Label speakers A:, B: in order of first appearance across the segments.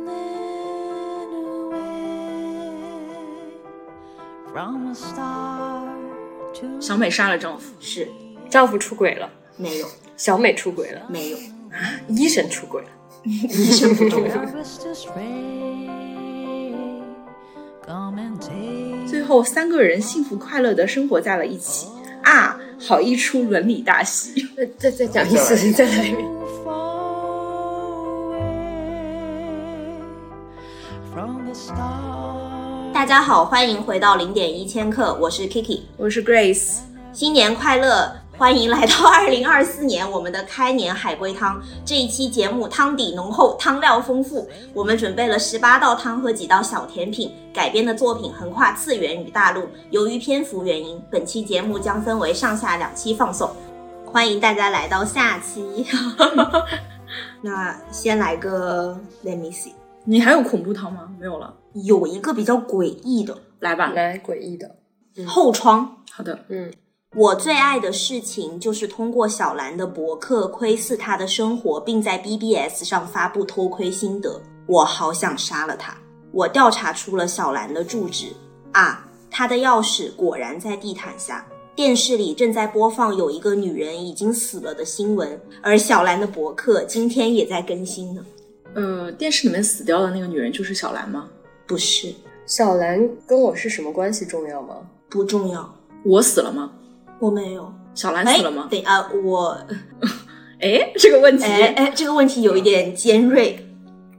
A: drowning away from a star to
B: 小美杀了丈夫，
C: 是
D: 丈夫出轨了，
C: 没有
D: 小美出轨了，
C: 没有，
D: 医生出 轨了，
C: 医生不重
A: the
C: 要。
A: harvest's ray. Come and take
B: 最后三个人幸福快乐的生活在了一起啊！好一出伦理大戏，
D: 再呃再再讲一次，再来一遍。
A: you far away from the star.
C: 大家好，欢迎回到零点一千课，我是 Kiki，
B: 我是 Grace。
C: 新年快乐！欢迎来到 二零二四年我们的开年海龟汤。这一期节目汤底浓厚，汤料丰富，我们准备了十八道汤和几道小甜品。改编的作品横跨次元与大陆，由于篇幅原因，本期节目将分为上下两期放送。欢迎大家来到下期。 那先来个 Let me see，
B: 你还有恐怖汤吗？没有了，
C: 有一个比较诡异的
B: 来吧。
D: 来诡异的，
C: 后窗。
B: 好的，
D: 嗯，
C: 我最爱的事情就是通过小兰的博客窥视她的生活，并在 BBS 上发布偷窥心得。我好想杀了她。我调查出了小兰的住址啊，她的钥匙果然在地毯下。电视里正在播放有一个女人已经死了的新闻，而小兰的博客今天也在更新呢。
B: 呃，电视里面死掉的那个女人就是小兰吗？
C: 不是，
D: 小兰跟我是什么关系重要吗？
C: 不重要，
B: 我死了吗？
C: 我没有。
B: 小兰
C: 哎
B: 死了吗？
C: 对啊，我
B: 哎，这个问题，
C: 哎哎，这个问题有一点尖锐。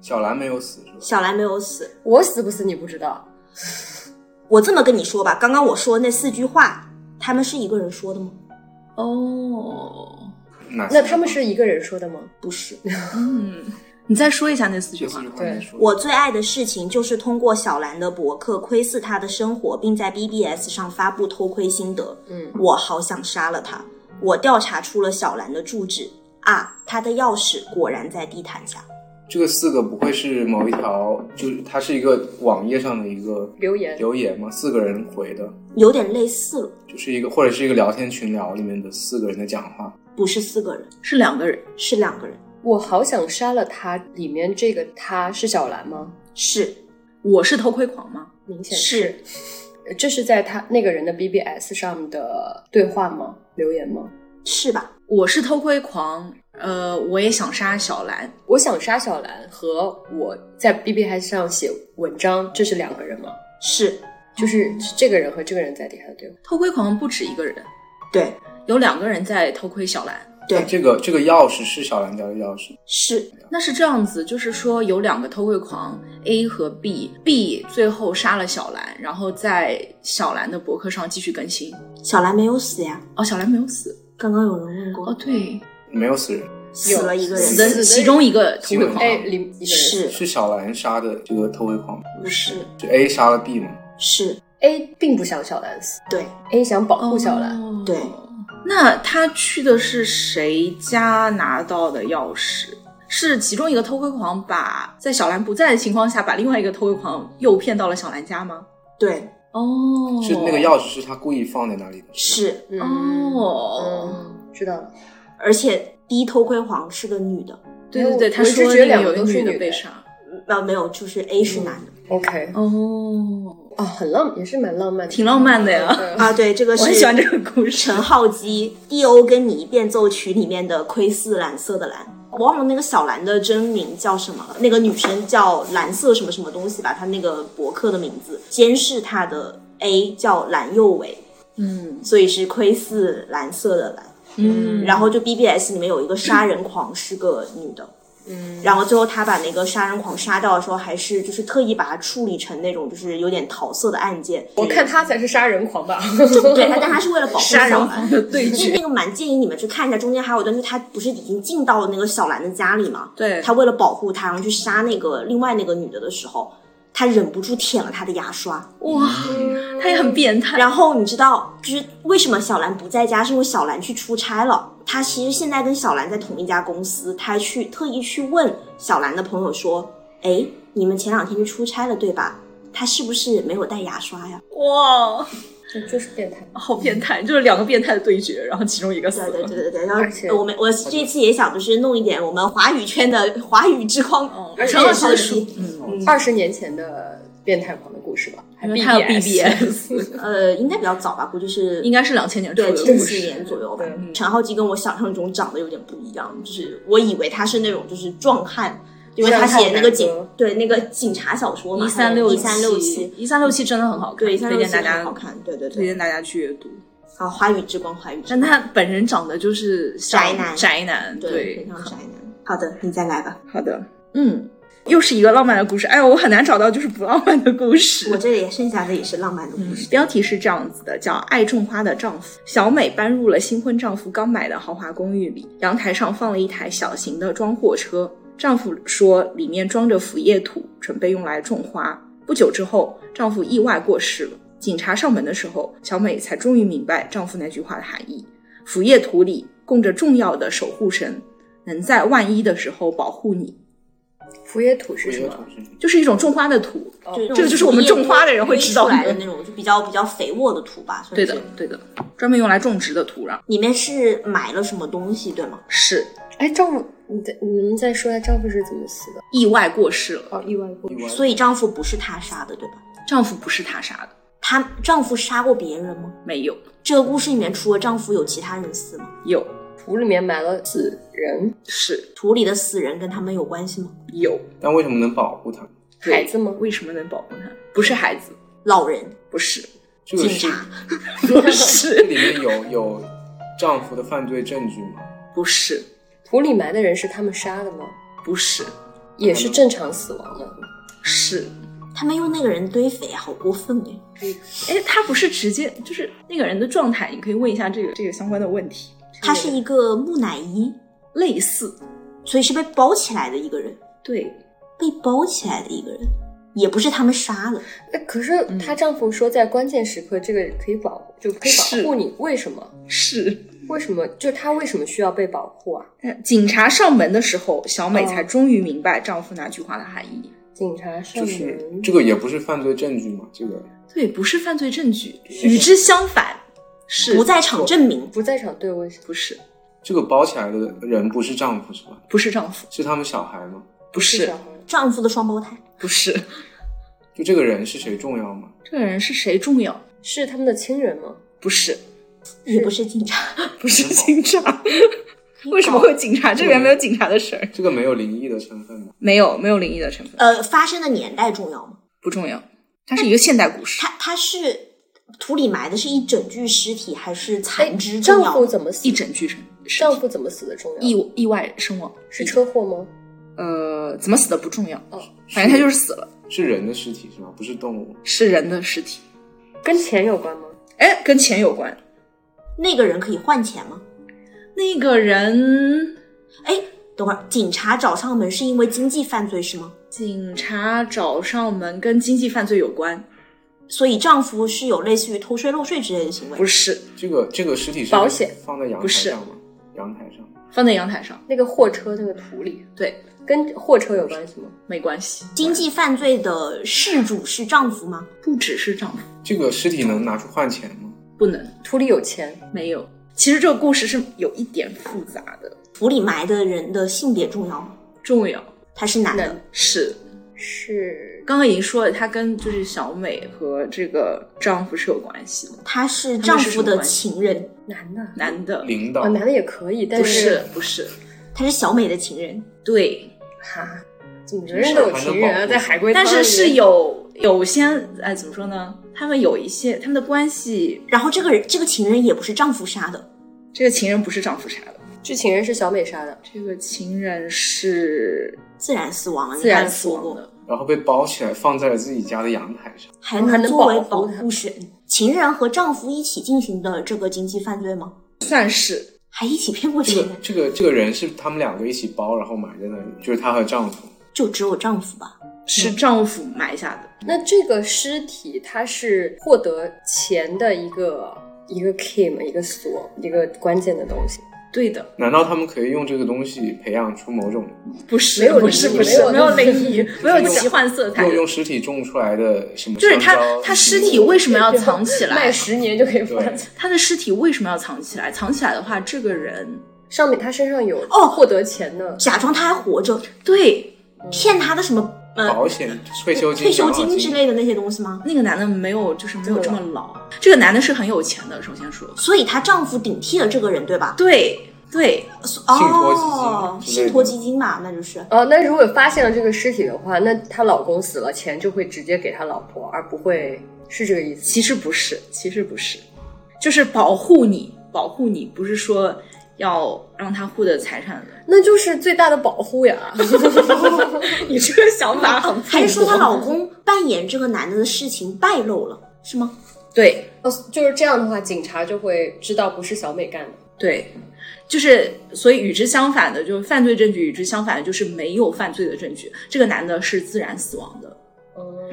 E: 小兰没有死是吧？
C: 小兰没有死，
D: 我死不死你不知道，
C: 我这么跟你说吧，刚刚我说那四句话，他们是一个人说的吗？
B: 哦，
E: 那
D: 那他们是一个人说的吗？
C: 不是。
B: 嗯，你再说一下那四句
E: 就是
B: 话。
E: 话没说
C: 我最爱的事情就是通过小兰的博客窥视她的生活，并在 BBS 上发布偷窥心得。
D: 嗯，
C: 我好想杀了她。我调查出了小兰的住址啊，她的钥匙果然在地毯下。
E: 这个四个不会是某一条，就是它是一个网页上的一个
D: 留言
E: 留言吗？四个人回的，
C: 有点类似了，
E: 就是一个或者是一个聊天群聊里面的四个人的讲话。
C: 不是四个人，
B: 是两个人，
C: 是两个人，
D: 我好想杀了他，里面这个他是小兰吗？
C: 是
B: 我是偷窥狂吗？
D: 明显
C: 是
D: 呃这是在他那个人的 BBS 上的对话吗？留言吗？
C: 是吧？
B: 我是偷窥狂，呃，我也想杀小兰，
D: 我想杀小兰和我在 BBS 上写文章，这是两个人吗？
C: 是，
D: 就是是这个人和这个人在底下的对话。
B: 偷窥狂不止一个人，
C: 对
B: 有两个人在偷窥小兰。
C: 对
E: 那这个这个钥匙是小兰家的钥匙，
C: 是
B: 那是这样子，就是说有两个偷窥狂 A 和 B，B 最后杀了小兰，然后在小兰的博客上继续更新。
C: 小兰没有死呀。
B: 哦，小兰没有死。
C: 刚刚有人问过，
B: 哦，对，
E: 没有死人，
C: 死了一个人，
B: 死的
D: 死的
B: 其中一个偷窥狂。
D: 哎，里一个人
C: 是
E: 是小兰杀的这个偷窥狂，
C: 不是
E: 是 A 杀了 B 吗？
C: 是
D: A 哎并不想小兰死
C: 对
D: ，A 想保护小兰。
B: 哦
C: 对。
B: 那他去的是谁家拿到的钥匙？是其中一个偷窥狂把在小兰不在的情况下，把另外一个偷窥狂诱骗到了小兰家吗？
C: 对
B: 哦，
E: 是那个钥匙是他故意放在那里的，吧。
C: 是，
B: 哦，
D: 嗯，知道了。
C: 而且第一偷窥狂是个女的，
B: 对对对，他
D: 我一直
B: 说
D: 觉得
B: 那
D: 两
B: 个
D: 个
B: 有
D: 都
B: 一
D: 是
B: 个女的
D: 女的
B: 被杀。
C: 啊没有，就是 A 是男的
D: OK，
B: 哦，
D: 哦，很浪，也是蛮浪漫的，
B: 挺浪漫的呀
D: 嗯
C: 啊，对，这个
B: 我
C: 是
B: 很喜欢这个故事
C: 陈。浩基《D O 跟你一变奏曲》里面的窥视蓝色的蓝。我忘了那个小兰的真名叫什么了，那个女生叫蓝色什么什么东西吧，她那个博客的名字，监视她的 A 叫蓝幼伟，
B: 嗯
C: 所以是窥视蓝色的蓝。
B: 嗯，
C: 然后就 BBS 里面有一个杀人狂是个女的，嗯，然后最后他把那个杀人狂杀掉的时候，还是就是特意把它处理成那种就是有点桃色的案件。
D: 我看他才是杀人狂吧。
C: 对他，但他是为了保护小
B: 杀人狂
C: 兰。
B: 的对
C: 其实
B: 决。
C: 那个蛮建议你们去看一下，中间还有一段，就是他不是已经进到那个小兰的家里嘛？
B: 对
C: 他为了保护她，然后去杀那个另外那个女的的时候，他忍不住舔了她的 牙刷。
B: 哇，
E: 嗯
B: 他也很变态。
C: 然后你知道，就是为什么小兰不在家，是因为小兰去出差了。她其实现在跟小兰在同一家公司，她还去特意去问小兰的朋友说：“哎，你们前两天去出差了对吧？她是不是没有带牙刷呀
B: 哇，？”
D: 对，就是变态。
B: 好变态，就是两个变态的对决，然后其中一个死
C: 对对
B: 了。
C: 对对对，然后
D: 而且
C: 呃我们我这次也想就是弄一点我们华语圈的华语之光，
B: 嗯，
D: 而且
B: 然后
D: 也
B: 是
D: 是
B: 属
E: 嗯
D: 二十年前的变态狂的故事吧，还
B: 因为他有 BBS，
C: 呃，应该比较早吧，估计是
B: 应该是两千年出
C: 对
B: 的
C: 千
B: 故
C: 禧
B: 事。
C: 年左右吧
D: 对。
C: 陈浩基跟我想象中长得有点不一样，就是我以为他是那种就是壮汉，因为他写那个警
D: 壮汉
C: 对那个警察小说嘛，
B: 一三六
C: 一三六七
B: 七，，一三六七真的很好看，
C: 对一三
B: 推
C: 六
B: 荐
C: 七
B: 大
C: 很
B: 家
C: 好看，对对
B: 推
C: 对。
B: 荐大家去阅读。
C: 啊，华语之光，华语之
B: 但
C: 光，
B: 他本人长得就是像
C: 宅男
B: 宅男
C: 对非
B: 对，
C: 常宅男。好的，你再来吧，
B: 好的，嗯，又是一个浪漫的故事。哎呦，我很难找到就是不浪漫的故事。
C: 我这里剩下的也是浪漫的故事。
B: 标题是这样子的，叫《爱种花的丈夫》。小美搬入了新婚丈夫刚买的豪华公寓里，阳台上放了一台小型的装货车。丈夫说里面装着腐叶土，准备用来种花。不久之后，丈夫意外过世了。警察上门的时候，小美才终于明白丈夫那句话的含义：腐叶土里供着重要的守护神，能在万一的时候保护你。
D: 腐叶土
E: 我
D: 是
E: 觉
D: 什
E: 得
D: 么？
B: 就是一种种花的土，
D: 哦
C: 就
B: 这个就是我们种花的人会知道
C: 出
B: 的
C: 来的那种，就比较比较肥沃的土吧，算
B: 对
C: 是。
B: 的，对的，专门用来种植的土壤。
C: 里面是埋了什么东西，对吗？
B: 是
D: 哎，丈夫，你再你们再说一下丈夫是怎么死的？
B: 意外过世了，
D: 哦，意外过世。
E: 意外
C: 所以丈夫不是她杀的，对吧？
B: 丈夫不是她杀的，
C: 她丈夫杀过别人吗？
B: 没有，
C: 这个故事里面除了丈夫有其他人死吗？
B: 有
D: 土里面埋了死人，
B: 是
C: 土里的死人跟他们有关系吗？
B: 有
E: 但为什么能保护他？
B: 对
D: 孩子吗
B: 为什么能保护她？不是孩子，
C: 老人、
B: 不 是，
E: 这个
C: 警
E: 是
C: 察，
B: 不
E: 这
B: 是，
E: 里面有有丈夫的犯罪证据吗？
B: 不是，
D: 土里埋的人是他们杀的吗？
B: 不是，
D: 也是正常死亡吗？
B: 是。
C: 他们用那个人堆肥，好过分哎！
B: 哎，他不是直接就是那个人的状态，你可以问一下这个这个相关的问题。
C: 他是一个木乃伊，
B: 类似，
C: 所以是被包起来的一个人，
B: 对，
C: 被包起来的一个人，也不是他们杀的。
D: 哎，可是她丈夫说，在关键时刻，这个可以保护，就可以保护你。为什么？
B: 是。哎
D: 为什么？就她为什么需要被保护啊？
B: 警察上门的时候，小美
D: 哦
B: 才终于明白丈夫那句话的含义。
D: 警察
B: 嗯
D: 上
E: 就是
D: 门，
E: 这个也不是犯罪证据嘛，这个
B: 对，不是犯罪证据，与之相反是
C: 不在场证明，
D: 不在场对我
B: 不是
E: 这个包起来的人不是丈夫是吧？
B: 不是丈夫，
E: 是他们小孩吗？
B: 不
D: 是
B: 是
D: 小孩
C: 丈夫的双胞胎，
B: 不是，
E: 就这个人是谁重要吗？
B: 这个人是谁重要？
D: 是他们的亲人吗？
B: 不 是
C: 也不是警察。
B: 不是警察，为什么会有警察？这里面没有警察的事儿，
E: 这个没有灵异的成分吗？
B: 没有没有灵异的成分，
C: 呃，发生的年代重要吗？
B: 不重要。它是一个现代故事，
C: 他他是土里埋的是一整具尸体还是
D: 哎
C: 残肢，重
D: 丈
C: 要
D: 夫
C: 吗？
D: 怎么死？
B: 一整具身尸
D: 丈
B: 体
D: 夫怎么死的重要？
B: 意意外身亡
D: 是车祸吗？
B: 呃怎么死的不重要，
D: 哦，
B: 反正他就是死了，
E: 是人的尸体是吧？不是动物。
B: 是人的尸体。
D: 跟钱有关吗？
B: 哎，跟钱有关。
C: 那个人可以换钱吗？
B: 那个人，
C: 哎，等会儿，警察找上门是因为经济犯罪是吗？
B: 警察找上门跟经济犯罪有关，
C: 所以丈夫是有类似于偷税漏税之类的行为，
B: 不是
E: 这个这个尸体是
D: 保险
E: 放在阳台
B: 不是
E: 上吗？阳台上
B: 放在阳台上，
D: 那个货车那个土里，
B: 对，
D: 跟货车有关系吗？
B: 没关系。
C: 经济犯罪的事主是丈夫吗？
B: 不只是丈夫，
E: 这个尸体能拿出换钱吗？
B: 不能
D: 土里有钱，
B: 没有。其实这个故事是有一点复杂的，
C: 土里埋的人的性别重要吗？
B: 重要
C: 他是男的
D: 男，
B: 是
D: 是
B: 刚刚已经说了，她跟就是小美和这个丈夫是有关系的，
C: 他是丈夫的情人，
D: 男的，
B: 男的
E: 领
D: 哦，
E: 导
D: 男的也可以，但
B: 不是
D: 是
B: 不是，
C: 他是小美的情人，
B: 对，
D: 哈，怎么人人都有情人啊？在海龟汤
B: 但是
D: 里
B: 是有有些哎怎么说呢？他们有一些他们的关系，
C: 然后这个人这个情人也不是丈夫杀的，
B: 这个情人不是丈夫杀的，
D: 这情人是小美杀的，
B: 这个情人是
C: 自然死亡啊，
B: 自然死
C: 死
B: 亡的。
E: 然后被包起来放在了自己家的阳台上，
C: 还
D: 还
C: 能
D: 能
C: 作为
D: 保
C: 保
D: 护他
C: 护神。情人和丈夫一起进行的这个经济犯罪吗？
B: 算是
C: 还一起骗过
E: 这
C: 情
E: 个
C: 人？
E: 这个这个人是他们两个一起包，然后埋在那里，就是她和丈夫。
C: 就只有丈夫吧？
D: 嗯
B: 是丈夫埋下的，
D: 那这个尸体它是获得钱的一个一个 key 嘛，一个锁，一个关键的东西。
B: 对的，
E: 难道他们可以用这个东西培养出某种
B: 不是，
D: 没有
B: 不是，
D: 灵异
B: 不是，
D: 没
B: 没
D: 有
B: 有灵 异，没有
E: 用
B: 奇幻色彩
E: 又。用尸体种出来的什么
B: 就是
E: 香蕉？
B: 他，他尸体为什么要藏起
D: 卖
B: 来？
D: 十年就可以发
E: 对
D: 财。
B: 他的尸体为什么要藏起来？藏起来的话，这个人
D: 上面他身上有
C: 哦
D: 获得钱的，
C: 假装他还活着，
B: 对
C: 骗他的什么呃
E: 保险、退休金、
C: 退休
E: 养老
C: 金之类的那些东西吗？
B: 那个男的没有，就是没有
D: 这
B: 这
D: 么
B: 么老。这个男的是很有钱的，首先说，
C: 所以她丈夫顶替了这个人，对吧？
B: 对对，
E: 托基金
C: 哦，
E: 之类的
C: 信托基金吧，那就是。
D: 呃，那如果发现了这个尸体的话，那她老公死了，钱就会直接给她老婆，而不会是这个意思。
B: 其实不是，其实不是，就是保护你，保护你，不是说要让他获得财产的。
D: 那就是最大的保护 呀。
B: 你这个想法很
C: 还是说她老公扮演这个男的的事情败露了，是吗？
B: 对
D: 哦，就是这样的话，警察就会知道不是小美干的。
B: 对，就是所以与之相反的，就是犯罪证据；与之相反的，就是没有犯罪的证据。这个男的是自然死亡的。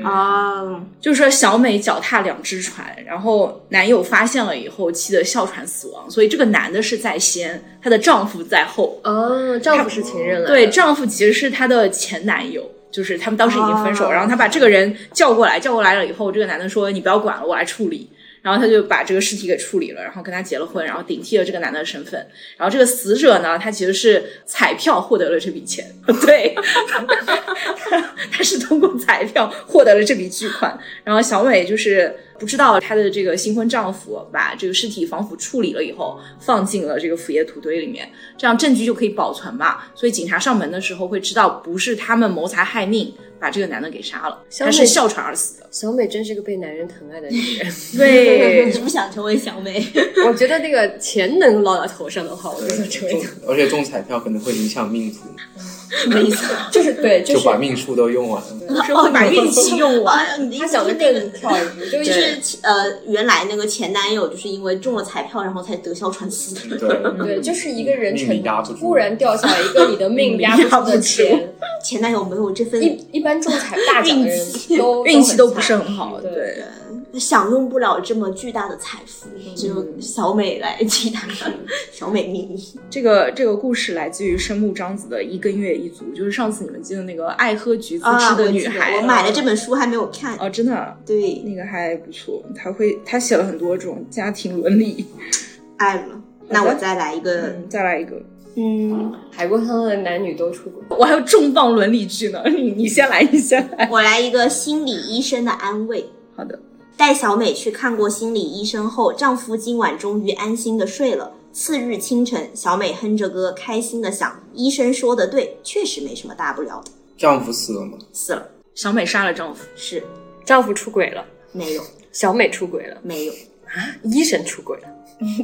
D: 嗯，
C: 啊、
B: 就是说小美脚踏两只船，然后男友发现了以后，气得哮喘死亡。所以这个男的是在先，她的丈夫在后。
D: 哦，丈夫是情人了。
B: 对，丈夫其实是她的前男友，就是他们当时已经分手，
C: 哦
B: 然后她把这个人叫过来，叫过来了以后，这个男的说：“你不要管了，我来处理。”然后他就把这个尸体给处理了，然后跟他结了婚，然后顶替了这个男的身份。然后这个死者呢，他其实是彩票获得了这笔钱，对， 他他是通过彩票获得了这笔巨款。然后小美就是不知道她的这个新婚丈夫把这个尸体防腐处理了以后，放进了这个腐叶土堆里面，这样证据就可以保存嘛。所以警察上门的时候会知道，不是他们谋财害命把这个男的给杀了，
D: 小
B: 他
D: 美
B: 是哮喘而死的。
D: 小美真是个被男人疼爱的女人。
B: 对
C: 你，不想成为小美？
D: 我觉得那个钱能够落到头上的话，我就想成为
E: 中
D: 他。，
E: 而且中彩票可能会影响命途，
D: 就是对，就
E: 就是把命数都用完了。
B: 是
C: 哦
B: 会把运气用完。
C: 啊，你的意
D: 他
C: 思
D: 想的
C: 是那个
D: 更跳一步， 就
C: 就是是呃，原来那个前男友就是因为中了彩票，然后才得哮喘死
B: 嗯
C: 的。
E: 对，
D: 对，就是 一个人
E: 命
D: 沉
E: 压不住
D: 突然掉下来一个你的命 压不住的钱，
C: 前男友没有这份
D: 一一般中彩大奖的人都
B: 运气
D: 都
B: 都
D: 很
B: 不是
D: 惨
B: 很好，
D: 对
B: 对，
C: 享用不了这么巨大的财富，
B: 嗯
C: 只有小美来替他。小 美秘密，
B: 这个这个故事来自于生木章子的《一根月一族》，就是上次你们记得那个爱喝橘子
C: 啊
B: 汁的
C: 我
B: 女
C: 记得
B: 孩，啊
C: 我买了这本书还没有看。
B: 哦，真的啊
C: 对，
B: 那个还不错，他会他写了很多这种家庭伦理。
C: 爱了。那我再来一个，
B: 嗯，再来一个，
C: 嗯，
D: 海龟汤的男女都出轨，
B: 我还有重磅伦理剧呢，你你先来，你先来。
C: 我来一个心理医生的安慰。
B: 好的，
C: 带小美去看过心理医生后，丈夫今晚终于安心的睡了。次日清晨，小美哼着歌，开心的想：医生说的对，确实没什么大不了的。
E: 丈夫死了吗？
C: 死了，
B: 小美杀了丈夫，
C: 是
D: 丈夫出轨了，
C: 没有，
D: 小美出轨了，
C: 没有，
D: 医生出轨了，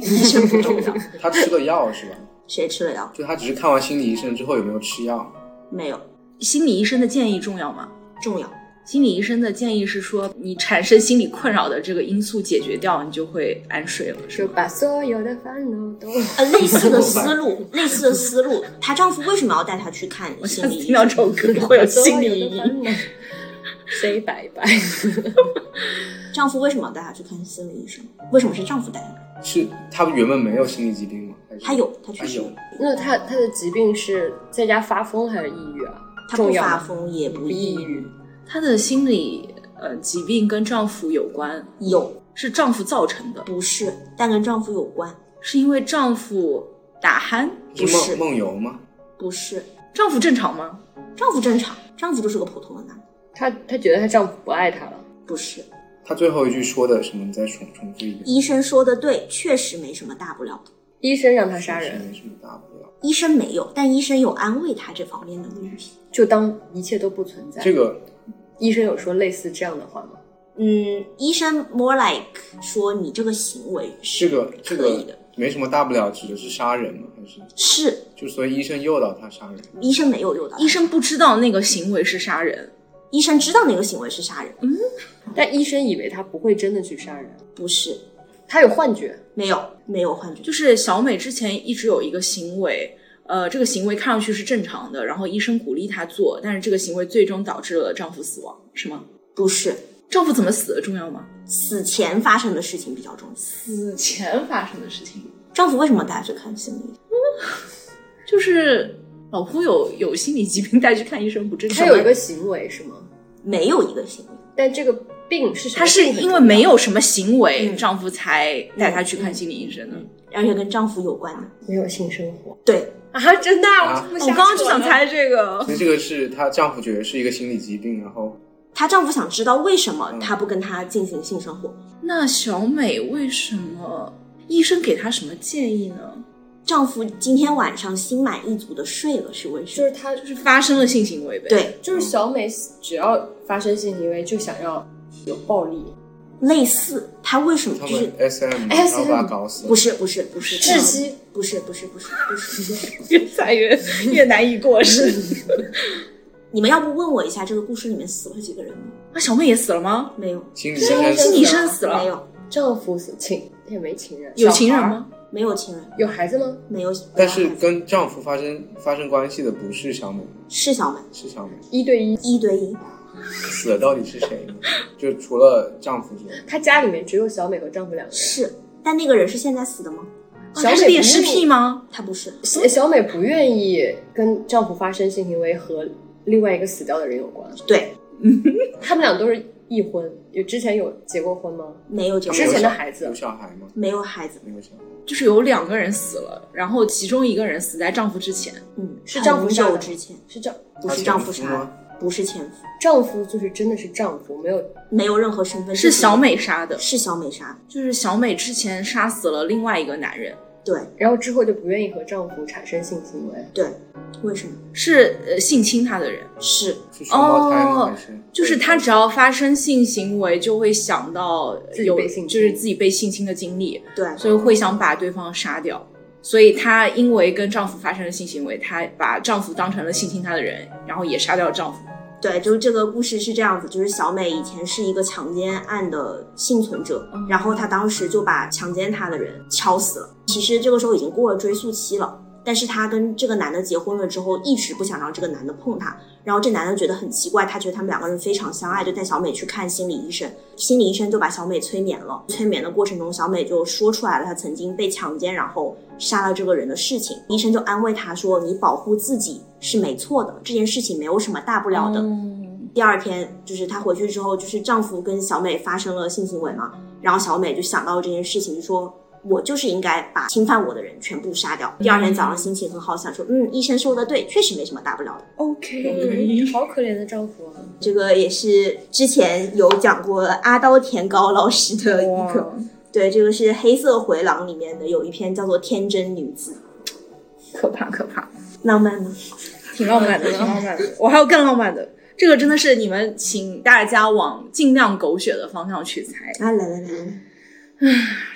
C: 医生不重要。
E: 他吃了药是吧？
C: 谁吃了药？
E: 就他只是看完心理医生之后有没有吃药？
C: 没有，
B: 心理医生的建议重要吗？
C: 重要。
B: 心理医生的建议是说，你产生心理困扰的这个因素解决掉，你就会安睡了，是
D: 就
B: 吧？
D: 把所有的烦恼都
C: 呃，类似的思路，类似的思路。她丈夫为什么要带她去看
B: 我下
C: 心
B: 次
C: 理医
B: 听到
C: 生？
B: 这首歌 会有心理
D: 所有
B: 阴
D: 的
B: 影。
D: 烦 恼 say 拜拜，
C: 丈夫为什么要带她去看心理医生？为什么是丈夫带她？
E: 是他原本没有心理疾病吗？还是
C: 她有，她确
E: 他
C: 实有
E: 有。
D: 那他他的疾病是在家发疯还是抑郁啊？
C: 她不
D: 重要吗
C: 发疯，也不
D: 不抑
C: 抑
D: 郁
C: 郁，，
B: 她的心理呃疾病跟丈夫有关，
C: 有
B: 是丈夫造成的，
C: 不是，但跟丈夫有关，
B: 是因为丈夫打鼾。
C: 不是
E: 梦梦游吗？
C: 不是。
B: 丈夫正常吗？
C: 丈夫正常，丈夫就是个普通的男的，
D: 她她觉得她丈夫不爱她了，
C: 不是。
E: 他最后一句说的什么？你再重重复一遍。
C: 医生说的对，确实没什么大不了的。
D: 医生让她杀
E: 确实
D: 人，
E: 没什么大不了。
C: 医生没有，但医生有安慰她这方面的问题。
D: 就当一切都不存在。
E: 这个
D: 医生有说类似这样的话吗？
C: 嗯，医生 more like 说你这个行为
E: 这
C: 是
E: 个这
C: 可以
E: 个
C: 的，
E: 没什么大不了，指的是杀人吗？还是
C: 是
E: 就所以医生诱导他杀人？
C: 医生没有诱导她
B: 医，生不知道那个行为是杀人，
C: 医生知道那个行为是杀人，
D: 但医生以为她不会真的去杀人，
C: 不是，
D: 她有幻觉，
C: 没有没有幻觉，
B: 就是小美之前一直有一个行为，呃，这个行为看上去是正常的，然后医生鼓励她做，但是这个行为最终导致了丈夫死亡，是吗？
C: 不是
B: 丈夫怎么死的重要吗？
C: 死前发生的事情比较重要。
B: 死前发生的事情，
C: 丈夫为什么带她去看心理？
B: 就是老夫有有心理疾病带去看医生不正常。
D: 他有一个行为是吗？
C: 没有一个行为。
D: 但这个病是什
B: 她
D: 么病
B: 是
D: 很重要
B: 因为没有什么行为，
C: 嗯
B: 丈夫才带她去看心理医生
D: 嗯
B: 的。
C: 而且跟丈夫有关的，
D: 没有性生活
C: 对，
D: 啊，真的啊，
E: 啊
D: 我
B: 哦我刚刚就想猜这个
E: 所，以这个是她丈夫觉得是一个心理疾病，然后
C: 她丈夫想知道为什么她不跟她进行性生活，
B: 那小美为什么医生给她什么建议呢？
C: 丈夫今天晚上心满意足的睡了是为什
D: 就
C: 么？
D: 是他
B: 就是发生了性行为呗。，
C: 对，
D: 就是小美，只要发生性行为就想要有暴力，
C: 类似她为什么
E: 他
C: 就是
E: 们 S M，然
D: SM
E: 后把她搞死了。
C: 不是不是不是
D: 窒，息。
C: 不是不是不是不是，
B: 越猜越越难以过
D: 嗯
B: 审。
C: 你们要不问我一下这个故事里面死了几个人吗？
B: 啊，小美也死了吗？
C: 没有，
E: 心理医生
B: 心
E: 死
B: 理医
E: 了
B: 生死
C: 没
B: 了，
C: 有，
D: 丈夫死情也没情人，
B: 有
D: 小
B: 情人
D: 孩儿？
B: 吗？
C: 没有情人，
D: 有孩子吗？
C: 没有，
E: 但是
C: 没有孩子
E: 跟丈夫发生发生关系的不是小美，
C: 是小美
E: 是小美
D: 一对一，
C: 一对一，
E: 死的到底是谁呢？就除了丈夫之外，
D: 她家里面只有小美和丈夫两个人。
C: 是，但那个人是现在死的吗？
B: 啊她
D: 小美
B: 是
D: 不
B: 恋
D: 愿
B: 尸
D: 意
B: 癖吗？
C: 她不是，
D: 小小美不愿意跟丈夫发生性行为和另外一个死掉的人有关。
C: 对，
D: 他们俩都是已婚，有之前有结过婚吗？
C: 没有结
D: 之前
C: 婚，
D: 的孩子
E: 有小孩吗？
C: 没有孩子，
E: 没有小孩。
B: 就是有两个人死了，然后其中一个人死在丈夫之前。
C: 嗯，
D: 是丈夫
C: 很
D: 杀
C: 久
D: 的
C: 之前，
D: 是丈
C: 不
E: 她
C: 是丈
E: 前
C: 夫
E: 夫
C: 杀
E: 吗
C: 的，不是前夫，
D: 丈夫就是真的是丈夫，没有
C: 没有任何身份，
B: 是小，美杀的，
C: 是小美杀的，
B: 就是小美之前杀死了另外一个男人，
C: 对
D: 然后之后就不愿意和丈夫产生性行为。
C: 对，为什么？
B: 是呃性侵她的人，
C: 是
E: 是双胞胎吗？
B: 哦
E: 还是
B: 就是她只要发生性行为就会想到
D: 自己
B: 有
D: 被性侵
B: 就是自己被性侵的经历，
C: 对，
B: 所以会想把对方杀掉。所以她因为跟丈夫发生了性行为，她把丈夫当成了性侵她的人，然后也杀掉了丈夫。
C: 对，就是这个故事是这样子，就是小美以前是一个强奸案的幸存者，
B: 嗯
C: 然后她当时就把强奸她的人敲死了。其实这个时候已经过了追诉期了，但是她跟这个男的结婚了之后，一直不想让这个男的碰她。然后这男的觉得很奇怪，他觉得他们两个人非常相爱，就带小美去看心理医生。心理医生就把小美催眠了，催眠的过程中，小美就说出来了她曾经被强奸，然后杀了这个人的事情。医生就安慰她说：“你保护自己是没错的，这件事情没有什么大不了的。第二天，就是她回去之后，就是丈夫跟小美发生了性行为嘛，然后小美就想到了这件事情，就说我就是应该把侵犯我的人全部杀掉。第二天早上心情很好，想说，嗯，医生说的对，确实没什么大不了的。
B: OK，
D: 好可怜的丈夫啊！
C: 这个也是之前有讲过阿刀田高老师的一个，对，这个是《黑色回廊》里面的有一篇叫做《天真女子
B: 可怕可怕，》，
C: 浪漫吗？
B: 挺浪 漫的，挺浪漫的。我还有更浪漫的，这个真的是你们请大家往尽量狗血的方向去猜。
C: 啊，来来来来来，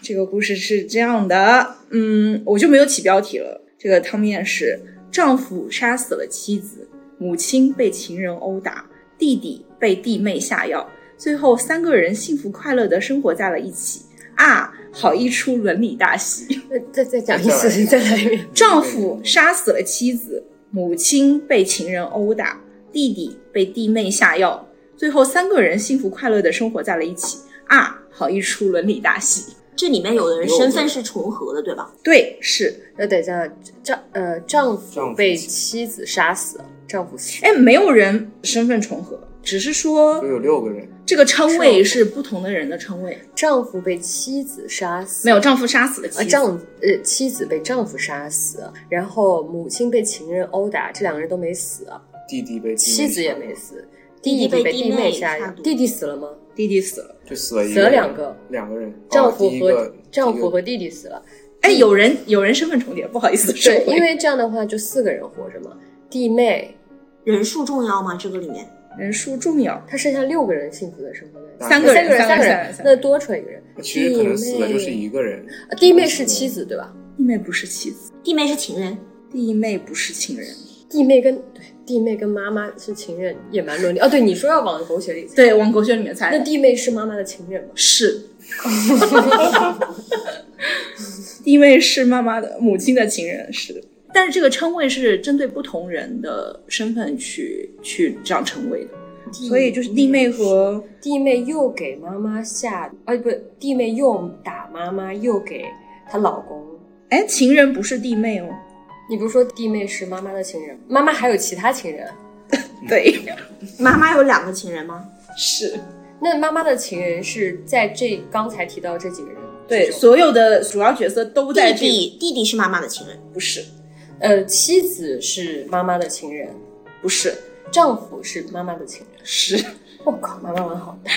B: 这个故事是这样的，嗯，我就没有起标题了。这个汤面是：丈夫杀死了妻子，母亲被情人殴打，弟弟被弟妹下药，最后三个人幸福快乐的生活在了一起。啊，好一出伦理大戏！
D: 那再再讲一
E: 再来
D: 次， 再来一遍。
B: 丈夫杀死了妻子，母亲被情人殴打，弟弟被弟妹下药，最后三个人幸福快乐的生活在了一起。啊，好一出伦理大戏！
C: 这里面有的人身份是重合的，对吧？
B: 对，是
D: 那等一下，丈呃丈
E: 丈
D: 夫
E: 夫
D: 被
E: 妻
D: 妻子杀死，丈夫死。
B: 哎，没有人身份重合，只是说
E: 都有六个人，
B: 这个称谓是不同的人的称谓。
D: 丈夫被妻子杀死，
B: 没有丈夫杀死了妻
D: 啊，
B: 子，
D: 丈呃妻子被丈夫杀死，然后母亲被情人殴打，这两个人都没死，啊
E: 弟弟被弟妹
D: 妻子也
E: 杀
D: 没死，
C: 弟弟
D: 弟
C: 被
D: 被
C: 弟
D: 弟
C: 妹
D: 下
C: 下
D: 药，
C: 毒
D: 弟弟死了吗？
E: 哦
B: 弟弟死了。
E: 就死了一
D: 死了
E: 人
D: 两个，
E: 两个人，
D: 丈
E: 哦
D: 夫
E: 第一
D: 和
E: 个
D: 丈
E: 第一
D: 夫
E: 个
D: 和弟弟死了，
B: 哎，有人有人身份重叠，不好意思，
D: 对，
B: 收回
D: 因为这样的话就四个人活着嘛。弟妹，
C: 人数重要吗？这个里面
B: 人数重要，
D: 她剩下六个人幸福的生活在一起，
E: 三
B: 个
D: 啊三个
B: 人
D: 人，
B: 三
D: 三
B: 个
D: 个
B: 人
D: 人
B: 三，个
D: 那
B: 人
D: 多出来一个人。
E: 其实可能死的就是一个人，
D: 啊弟妹是妻子对吧？
B: 弟妹不是妻子，
C: 弟妹是情人，
B: 弟妹不是情人。
D: 弟妹跟对弟妹跟妈妈是情人，也蛮伦理。哦，对，你说要往狗血里猜，
B: 对，往狗血里面猜
D: 那弟妹是妈妈的情人吗？
B: 是。弟妹是妈妈的母亲的情人是，但是这个称谓是针对不同人的身份去去这样称谓的，所以就是弟妹和
D: 弟妹又给妈妈下，啊不，弟妹又打妈妈，又给她老公
B: 哎，情人不是弟妹哦。
D: 你不是说弟妹是妈妈的情人，妈妈还有其他情人？
B: 对，
C: 妈妈有两个情人吗？
B: 是
D: 那妈妈的情人是在这刚才提到这几个人之
B: 对
D: 中，
B: 所有的主要角色都在
C: 弟
B: 这
C: 弟，弟弟是妈妈的情人，
B: 不是
D: 呃，妻子是妈妈的情人，
B: 不是
D: 丈夫是妈妈的情人。
B: 是
D: 我靠，妈妈玩好大，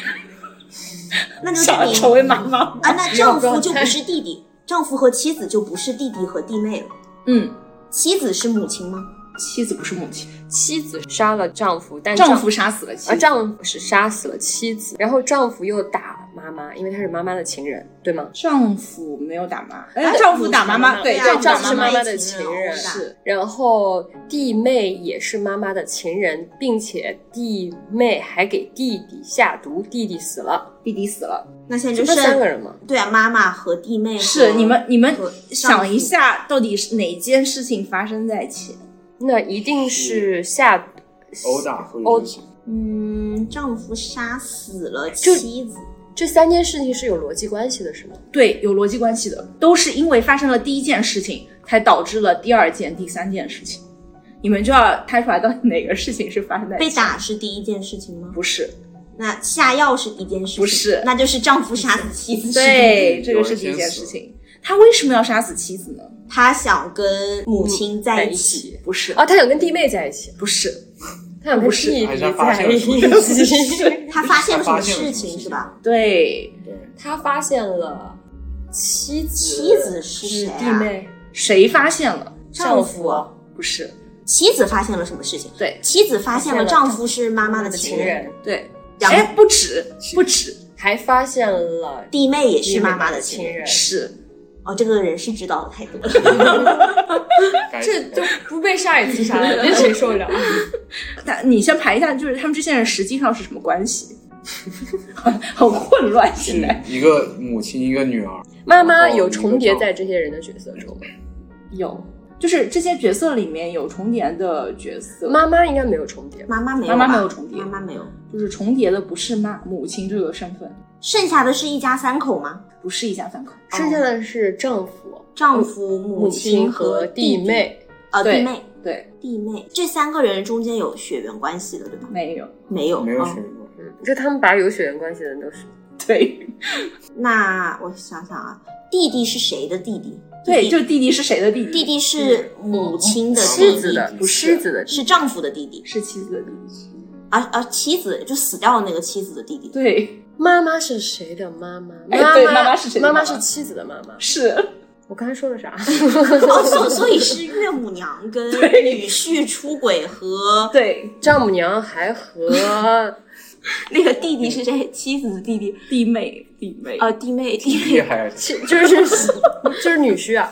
C: 那就证
B: 想
C: 明
B: 成为妈妈。
C: 啊， 那丈夫就不是弟弟，丈夫和妻子就不是弟弟和弟妹了。
B: 嗯，
C: 妻子是母亲吗？
B: 妻子不是母亲，
D: 妻子杀了丈夫，但
B: 丈夫杀死了妻
D: 啊，
B: 子。
D: 丈夫是杀死了妻子，然后丈夫又打妈妈，因为他是妈妈的情人，对吗？
B: 丈夫没有打妈，哎，丈夫打妈妈，对，
C: 对啊
B: 丈夫打
D: 丈夫
B: 妈
D: 是
B: 妈哦
D: 妈妈的
C: 的
D: 情
C: 情人
D: 人，
B: 是
D: 然后弟妹也是妈妈的情人，并且弟妹还给弟弟下毒，弟弟死了，
B: 弟弟死了。
C: 那现在
D: 就
C: 就
D: 那三个
C: 剩
D: 人嘛。
C: 对啊，妈妈和弟妹和
B: 是你们你们
C: 和丈夫
B: 想一下，到底是哪件事情发生在前？
D: 那一定是下
E: 殴打或
D: 殴
E: 者是
C: 嗯，丈夫杀死了
D: 就
C: 妻子，
D: 这三件事情是有逻辑关系的，是吗？
B: 对，有逻辑关系的，都是因为发生了第一件事情，才导致了第二件、第三件事情。你们就要猜出来到底哪个事情是发生在
C: 被
B: 前
C: 打是第一件事情吗？
B: 不是？
C: 那下药是第一件事情，
B: 不是
C: 那就是丈夫杀死妻子。
B: 对，
E: 是
B: 这个是第一件事情。他为什么要杀死妻子呢？
C: 他想跟母亲在一起，
D: 起
B: 不是，
D: 啊，他想跟弟妹在一起，
B: 不是，
D: 他想跟弟
E: 还
D: 弟
E: 是他发
D: 在
E: 现了
D: 一
E: 什么
D: 起。
C: 他发现了什么
E: 他发现了什
C: 事
E: 么事
C: 情
E: 情
C: 是吧？
B: 对，
E: 对，
D: 他发现了妻子，
C: 妻子是谁啊
D: 弟妹，
B: 谁发现了？啊
C: 丈
D: 夫
C: 夫
B: 不是，
C: 妻子发现了什么事情？
B: 对
C: 妻子发现了
D: 发现了
C: 丈夫是妈
D: 妈
C: 妈
D: 妈
C: 的
D: 的
C: 情
D: 情
C: 人，
D: 人，
B: 对，
C: 然后
B: 哎，不止，不止，
D: 还发现了
C: 弟妹也是妈
D: 妈
C: 妈的情
D: 情
C: 人。
D: 人，
B: 是
C: 哦，这个人是知道的太多了。
E: 该
D: 这就不被下一次杀了，那谁受得了？
B: 那你先排一下，就是他们这些人实际上是什么关系？ 很很混乱，现在
E: 是一个母亲一个女儿，
D: 妈妈有重叠在这些人的角色中吗？
B: 有，就是这些角色里面有重叠的角色，
D: 妈妈应该没有重叠吧，
C: 妈妈没有吧，
B: 妈妈没有重叠
C: 妈妈没有。
B: 就是重叠的不是妈母亲这个身份，
C: 剩下的是一家三口吗？
B: 不是一家三口。
D: 剩下的是丈夫、
C: 丈夫、母
D: 母亲
C: 和
D: 和弟
C: 弟，
D: 妹。
C: 呃，
B: 对
C: 弟妹，
B: 对，
C: 弟妹，这三个人中间有血缘关系的，对吧？
B: 没有，
C: 没有，
E: 没有
C: 哦
E: 学过。
D: 嗯，就他们把有血缘关系的人都是
B: 对
C: 那我想想啊，弟弟是谁的弟弟？
B: 对，
C: 弟弟
B: 就弟弟是谁的弟弟？
C: 弟弟是母亲的
D: 妻
C: 弟
D: 子
C: 弟，
D: 的，
E: 不
D: 妻子哦的弟弟，
C: 是丈夫的弟弟，
B: 是妻子的弟弟。
C: 而而妻子就死掉了那个妻子的弟弟。
B: 对，
D: 妈妈是谁的妈妈？
B: 哎
D: 妈
B: 对妈妈是谁的
D: 妈
B: 妈妈
D: 妈是妻子的妈妈。
B: 是
D: 我刚才说了啥？
C: 哦，所所以是岳母娘跟女婿出轨和
B: 对
D: 丈母娘还和
C: 那个弟弟是谁？妻子的弟弟
B: 弟妹弟妹
C: 啊、，弟妹弟妹
E: 厉害，
D: 其就是就是女婿啊，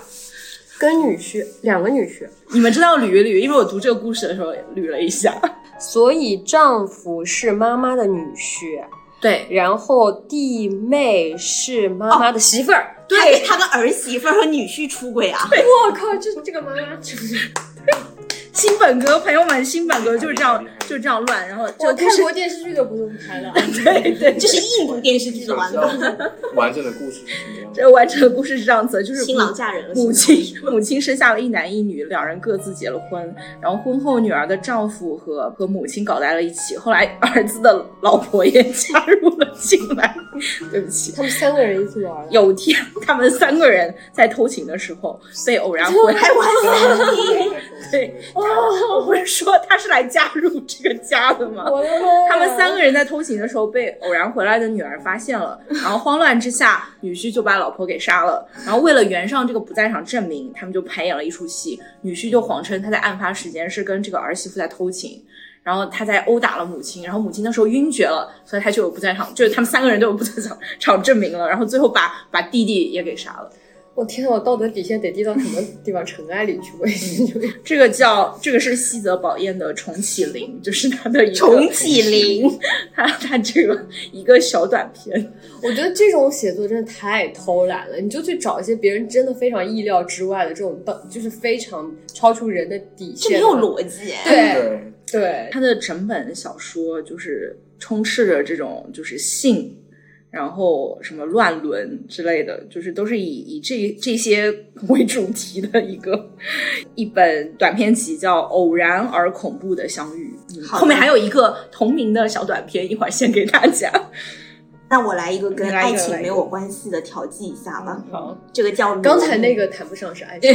D: 跟女婿两个女婿，
B: 你们知道捋一捋，因为我读这个故事的时候捋了一下。
D: 所以丈夫是妈妈的女婿，
B: 对
D: 然后弟妹是妈妈的媳妇儿。
C: 对，他跟儿媳妇儿和女婿出轨啊！
D: 我靠，这这个妈妈，
B: 新本哥，朋友们，新本哥就是这样
E: 厉害厉害，
B: 就是这样乱，然后这
D: 我
B: 个故
D: 看
B: 事
D: 过电视剧都不这么拍的。
B: 对对，
C: 这是印度电视剧的 玩法，
E: 完整的故事是什么样
B: 这
E: 的？
B: 个完整的故事是这样子的，就是
C: 新郎嫁人了，
B: 母亲母亲生下了一男一女，两人各自结了婚。然后婚后，女儿的丈夫和和母亲搞在了一起。后来，儿子的老婆也 加入了进来。对不起，
D: 他们三个人一起玩的，
B: 有天他们三个人在偷情的时候被偶然回来。
C: 还玩三 D，
B: 对，我不是说他是来加入这个家的吗？
D: 我的妈！
B: 他们三个人在偷情的时候被偶然回来的女儿发现了，然后慌乱之下，女婿就把老婆给杀了。然后为了圆上这个不在场证明，他们就排演了一出戏。女婿就谎称他在案发时间是跟这个儿媳妇在偷情，然后他在殴打了母亲，然后母亲那时候晕厥了，所以他就有不在场，就是他们三个人都有不在场场证明了。然后最后把把弟弟也给杀了。
D: 我天呐，我道德底线得低到什么地方尘埃里去？我已经就
B: 这个叫这个是西泽宝彦的重启灵，就是他的一个
C: 重启灵，
B: 他他这个一个小短片。
D: 我觉得这种写作真的太偷懒了，你就去找一些别人真的非常意料之外的这种，到就是非常超出人的底
C: 这没
D: 线。
C: 有逻辑。
D: 对
E: 对，
D: 对，
B: 它的整本小说就是充斥着这种就是性，然后什么乱伦之类的，就是都是以以这这些为主题的一个一本短篇集，叫《偶然而恐怖的相遇》。嗯
C: 好的
B: 后面还有一个同名的小短片，一会儿献给大家。
C: 那我来一个跟
B: 你来一
C: 爱
B: 个嗯
C: 情
B: 来一
C: 没
B: 个
C: 有关系的调剂一下吧。
D: 好，
C: 这个叫
D: 刚才那
C: 个，
D: 个谈不上是爱 情，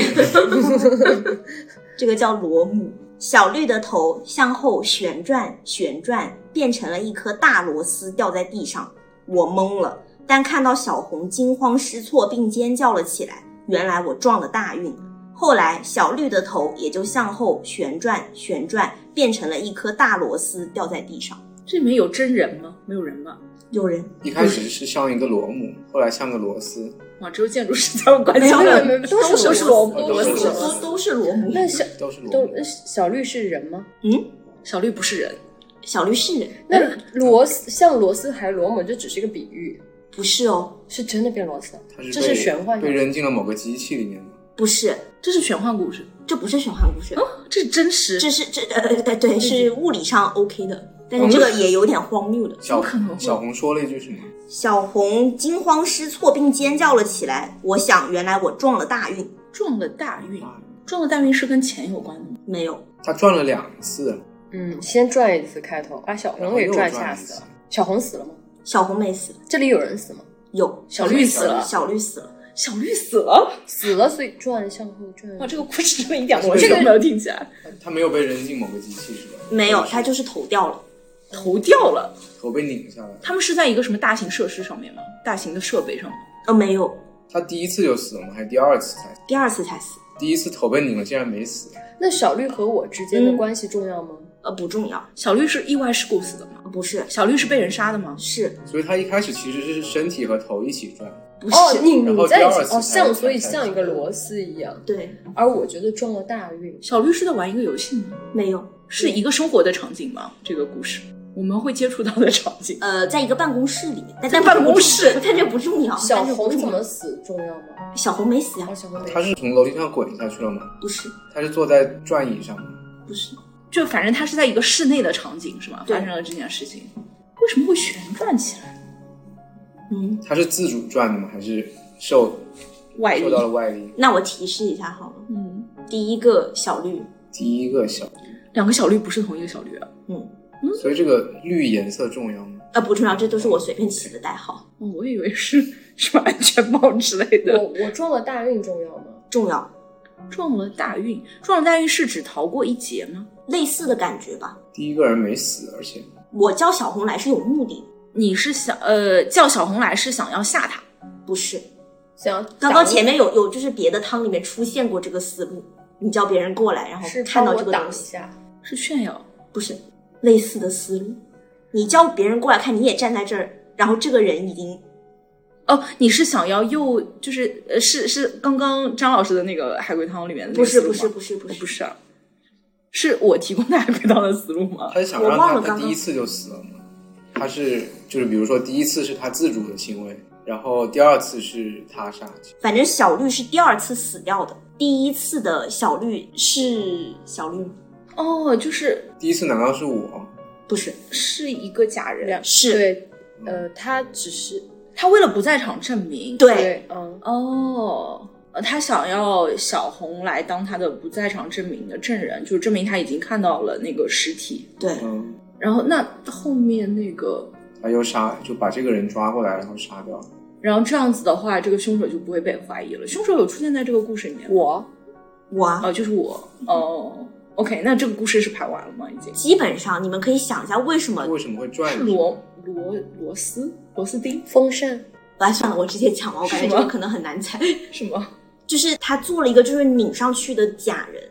C: 这个叫罗姆。小绿的头向后旋转，旋转变成了一颗大螺丝掉在地上。我懵了，但看到小红惊慌失措并尖叫了起来。原来我撞了大运。后来，小绿的头也就向后旋转，旋转变成了一颗大螺丝掉在地上。
B: 这里面有真人吗？没有人吧？
C: 有人
E: 一开始是像一个螺母，后来像个螺丝，
B: 哇，只有建筑师才有关
D: 没
B: 系
D: 有
B: 了
D: 没有都
B: 都
D: 是螺
B: 是
D: 丝
B: 罗
E: 都
B: 罗
E: 是
B: 斯
E: 螺丝
C: 都都是螺母。
D: 那小
E: 都是螺
D: 都
E: 母。
D: 小绿是人吗？
B: 小绿不是人，
C: 小绿是人，
D: 嗯那螺丝像螺丝还是螺母，这只是一个比喻，
C: 不是哦，
D: 是真的变螺丝了。
E: 它是
D: 这
E: 被
D: 是玄幻
E: 被扔进了某个机器里面吗？
C: 不是，
B: 这是玄幻故事，
C: 这不是玄幻故事。
B: 这是真实，
C: 这是这呃对对是物理上 OK 的，但是这个也有点荒谬的。
E: 小
B: 可能会
E: 小红说了一句什么？
C: 小红惊慌失措并尖叫了起来。我想，原来我撞了大运，
B: 撞了大运，撞了大运是跟钱有关的吗？
C: 没有
E: 他转了两次，
D: 嗯，先转一次开头，把小
E: 然
D: 红
E: 后
D: 给
E: 又
D: 转
E: 转
D: 吓
E: 一
D: 死
E: 次
D: 了。。小红死了吗？
C: 小红没死，
D: 这里有人死吗？
C: 有
B: 小绿死了，
C: 小绿死了。
B: 小绿死了，
D: 死了，所以转向后转。
B: 哇，这个故事真的一点
E: 这个
B: 逻辑都没有听起来，
E: 他没有被扔进某个机器是吧？
C: 没有，他就是头掉了。
B: 头掉了。
E: 头被拧下来了。
B: 他们是在一个什么大型设施上面吗？大型的设备上吗？
C: 呃，没有，
E: 他第一次就死了吗？还是第二次才死？
C: 第二次才死。
E: 第一次头被拧了，竟然没死。
D: 那小绿和我之间的
C: 嗯
D: 关系重要吗？
C: 呃，不重要，呃
B: 小绿是意外事故死的吗？
C: 不是，
B: 小绿是被人杀的吗？
C: 是
E: 所以他一开始其实是身体和头一起转，
C: 不是？
D: 哦，你
E: 然
D: 你
E: 后
D: 在一
E: 第二
D: 起
E: 次
D: 哦，像
E: 才
D: 所以
E: 才
D: 像一个螺丝一样。
C: 对，
D: 而我觉得中了大运，
B: 小绿是在玩一个游戏吗？
C: 没有。
B: 是一个生活的场景吗？这个故事我们会接触到的场景。
C: 呃，在一个办公室里面，但
B: 在
C: 但
B: 办公室
C: 不重要 但这不 重要。
D: 小
C: 但这不
D: 红
C: 重
D: 怎么
C: 要
D: 死重要吗？
C: 小红没死啊
D: 哦，？小红没
E: 他是从楼梯上滚下去了吗？
C: 不是，
E: 他是坐在转椅上吗？
C: 不是，
B: 就反正它是在一个室内的场景是吗？
C: 对
B: 发生了这件事情，为什么会旋转起来？
C: 嗯，
E: 他是自主转的吗？还是受
B: 外力
E: 受到了外力？
C: 那我提示一下好了。
B: 嗯，
C: 第一个小绿，
E: 第一个小，
B: 两个小绿不是同一个小绿啊。
C: 嗯，
E: 所以这个绿颜色重要吗？
C: 呃，不重要，这都是我随便起的代号，
B: 哦，我以为是什么安全帽之类
D: 我
B: 的。
D: 我中了大运重要吗？
B: 嗯
C: 重要，
B: 撞了大运，撞了大运是指逃过一劫吗？
C: 类似的感觉吧。
E: 第一个人没死，而且
C: 我叫小红来是有目的，
B: 你是想呃叫小红来是想要吓他？
C: 不是？
D: 想
C: 刚刚
D: 挡
C: 前面有有就是别的汤里面出现过这个思路，你叫别人过来，然后
D: 是
C: 看
D: 帮
C: 到
D: 我
C: 这个
D: 挡
C: 东
D: 一
C: 西，
D: 下，
B: 是炫耀？
C: 不是类似的思路。你叫别人过来看，你也站在这儿，然后这个人已经
B: 哦，你是想要诱，就是呃是是刚刚张老师的那个海龟汤里面的那
C: 不
B: 个
C: 是
B: 思路
C: 不
B: 吗
C: 是不是不
B: 哦
C: 是
B: 不是啊，是我提供的海龟汤的思路吗？
E: 他是想
C: 我
E: 让
C: 忘
E: 他
C: 了刚
E: 他
C: 刚
E: 第一次就死了吗？他是就是比如说第一次是他自主的行为，然后第二次是他杀，
C: 反正小绿是第二次死掉的，第一次的小绿是小绿吗
B: 哦，就是
E: 第一次难道是我？
C: 不是
B: 是一个假人
D: 两，
C: 是
D: 对，呃，他只是
B: 他为了不在场证明，
C: 对
D: 对，嗯，
B: 哦，呃他想要小红来当他的不在场证明的证人，就证明他已经看到了那个尸体。
C: 对
E: 嗯，
B: 然后那后面那个，
E: 他又杀，就把这个人抓过来，然后杀掉。
B: 然后这样子的话，这个凶手就不会被怀疑了。凶手有出现在这个故事里面吗？
D: 我
C: 我啊
B: 哦，就是我。哦，OK，那这个故事是排完了吗？已经
C: 基本上你们可以想一下为什么
E: 为什么会转
B: 是？螺螺螺丝螺丝钉
D: 风扇
C: 啊，算了，我直接讲吧，我感觉
B: 是
C: 这
B: 吗
C: 个可能很难猜。
B: 是吗？
C: 就是他做了一个就是拧上去的假人，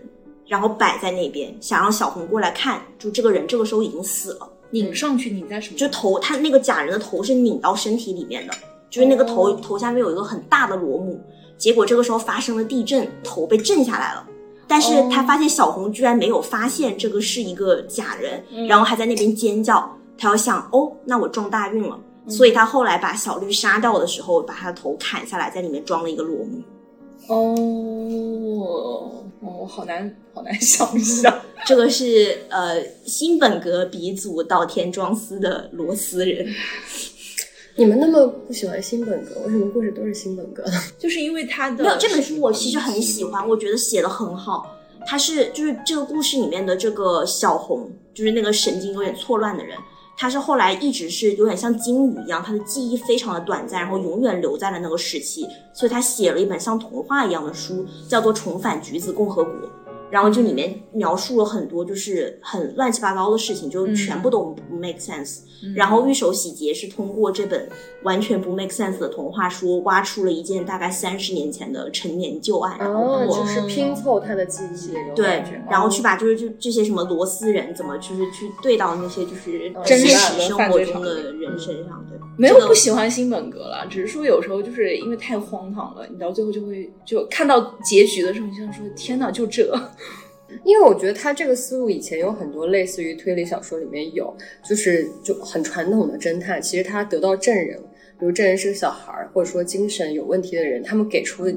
C: 然后摆在那边，想让小红过来看，就这个人这个时候已经死了，
B: 拧上去拧在什么？
C: 就头他那个假人的头是拧到身体里面的，就是那个头、
D: 哦
C: 头下面有一个很大的螺母，结果这个时候发生了地震，头被震下来了。但是
D: 哦
C: 他发现小红居然没有发现这个是一个假人，
B: 嗯
C: 然后还在那边尖叫。他要想，哦，那我撞大运了。
D: 嗯
C: 所以他后来把小绿杀掉的时候，把他的头砍下来，在里面装了一个螺母。
B: 哦，哦，好难，好难想象。
C: 这个是呃新本格鼻祖岛田庄司的螺丝人，
D: 你们那么不喜欢新本格，为什么故事都是新本格的？
B: 就是因为它的
C: 没有这本书，我其实很喜欢，我觉得写的很好。他是就是这个故事里面的这个小红，就是那个神经有点错乱的人，他是后来一直是有点像鲸鱼一样，他的记忆非常的短暂，然后永远留在了那个时期，所以他写了一本像童话一样的书，叫做《重返橘子共和国》。然后就里面描述了很多就是很乱七八糟的事情，就全部都不 make sense。然后玉手洗洁是通过这本完全不 make sense 的童话书，挖出了一件大概三十年前的陈年旧案，然后
D: 哦，
C: 通过
D: 就是拼凑他的记忆那种
C: 对
D: 感觉。，哦
C: 然后去把就是这这些什么螺丝人怎么就是去对到那些就是
D: 嗯
C: 真
D: 真
C: 实
D: 实
B: 的
C: 生
B: 犯
C: 活
B: 罪
C: 中
B: 场
C: 的人身上，对吧？
B: 没
C: 这个
B: 有不喜欢新本格了，只是说有时候就是因为太荒唐了，你到最后就会就看到结局的时候，你想说天哪，就这，
D: 因为我觉得他这个思路以前有很多类似于推理小说里面有，就是就很传统的侦探，其实他得到证人，比如证人是个小孩儿，或者说精神有问题的人，他们给出的，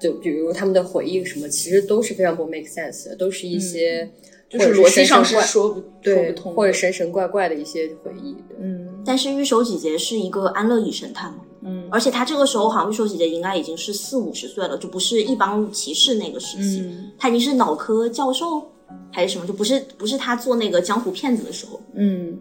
D: 就比如他们的回忆什么，其实都是非常不 make sense 的，都是一些、
B: 嗯就
D: 或者
B: 是逻辑上
D: 神
B: 是
D: 神怪
B: 说不说不
D: 对
B: 通的，
D: 或者神神怪怪的一些回忆。 对
B: 嗯
C: 但是玉手姐姐是一个安乐椅神探嘛，
B: 嗯
C: 而且她这个时候好像玉手姐姐应该已经是四五十岁了，就不是一帮骑士那个时期，
B: 嗯
C: 她已经是脑科教授还是什么，就不是不是她做那个江湖骗子的时候。
B: 嗯，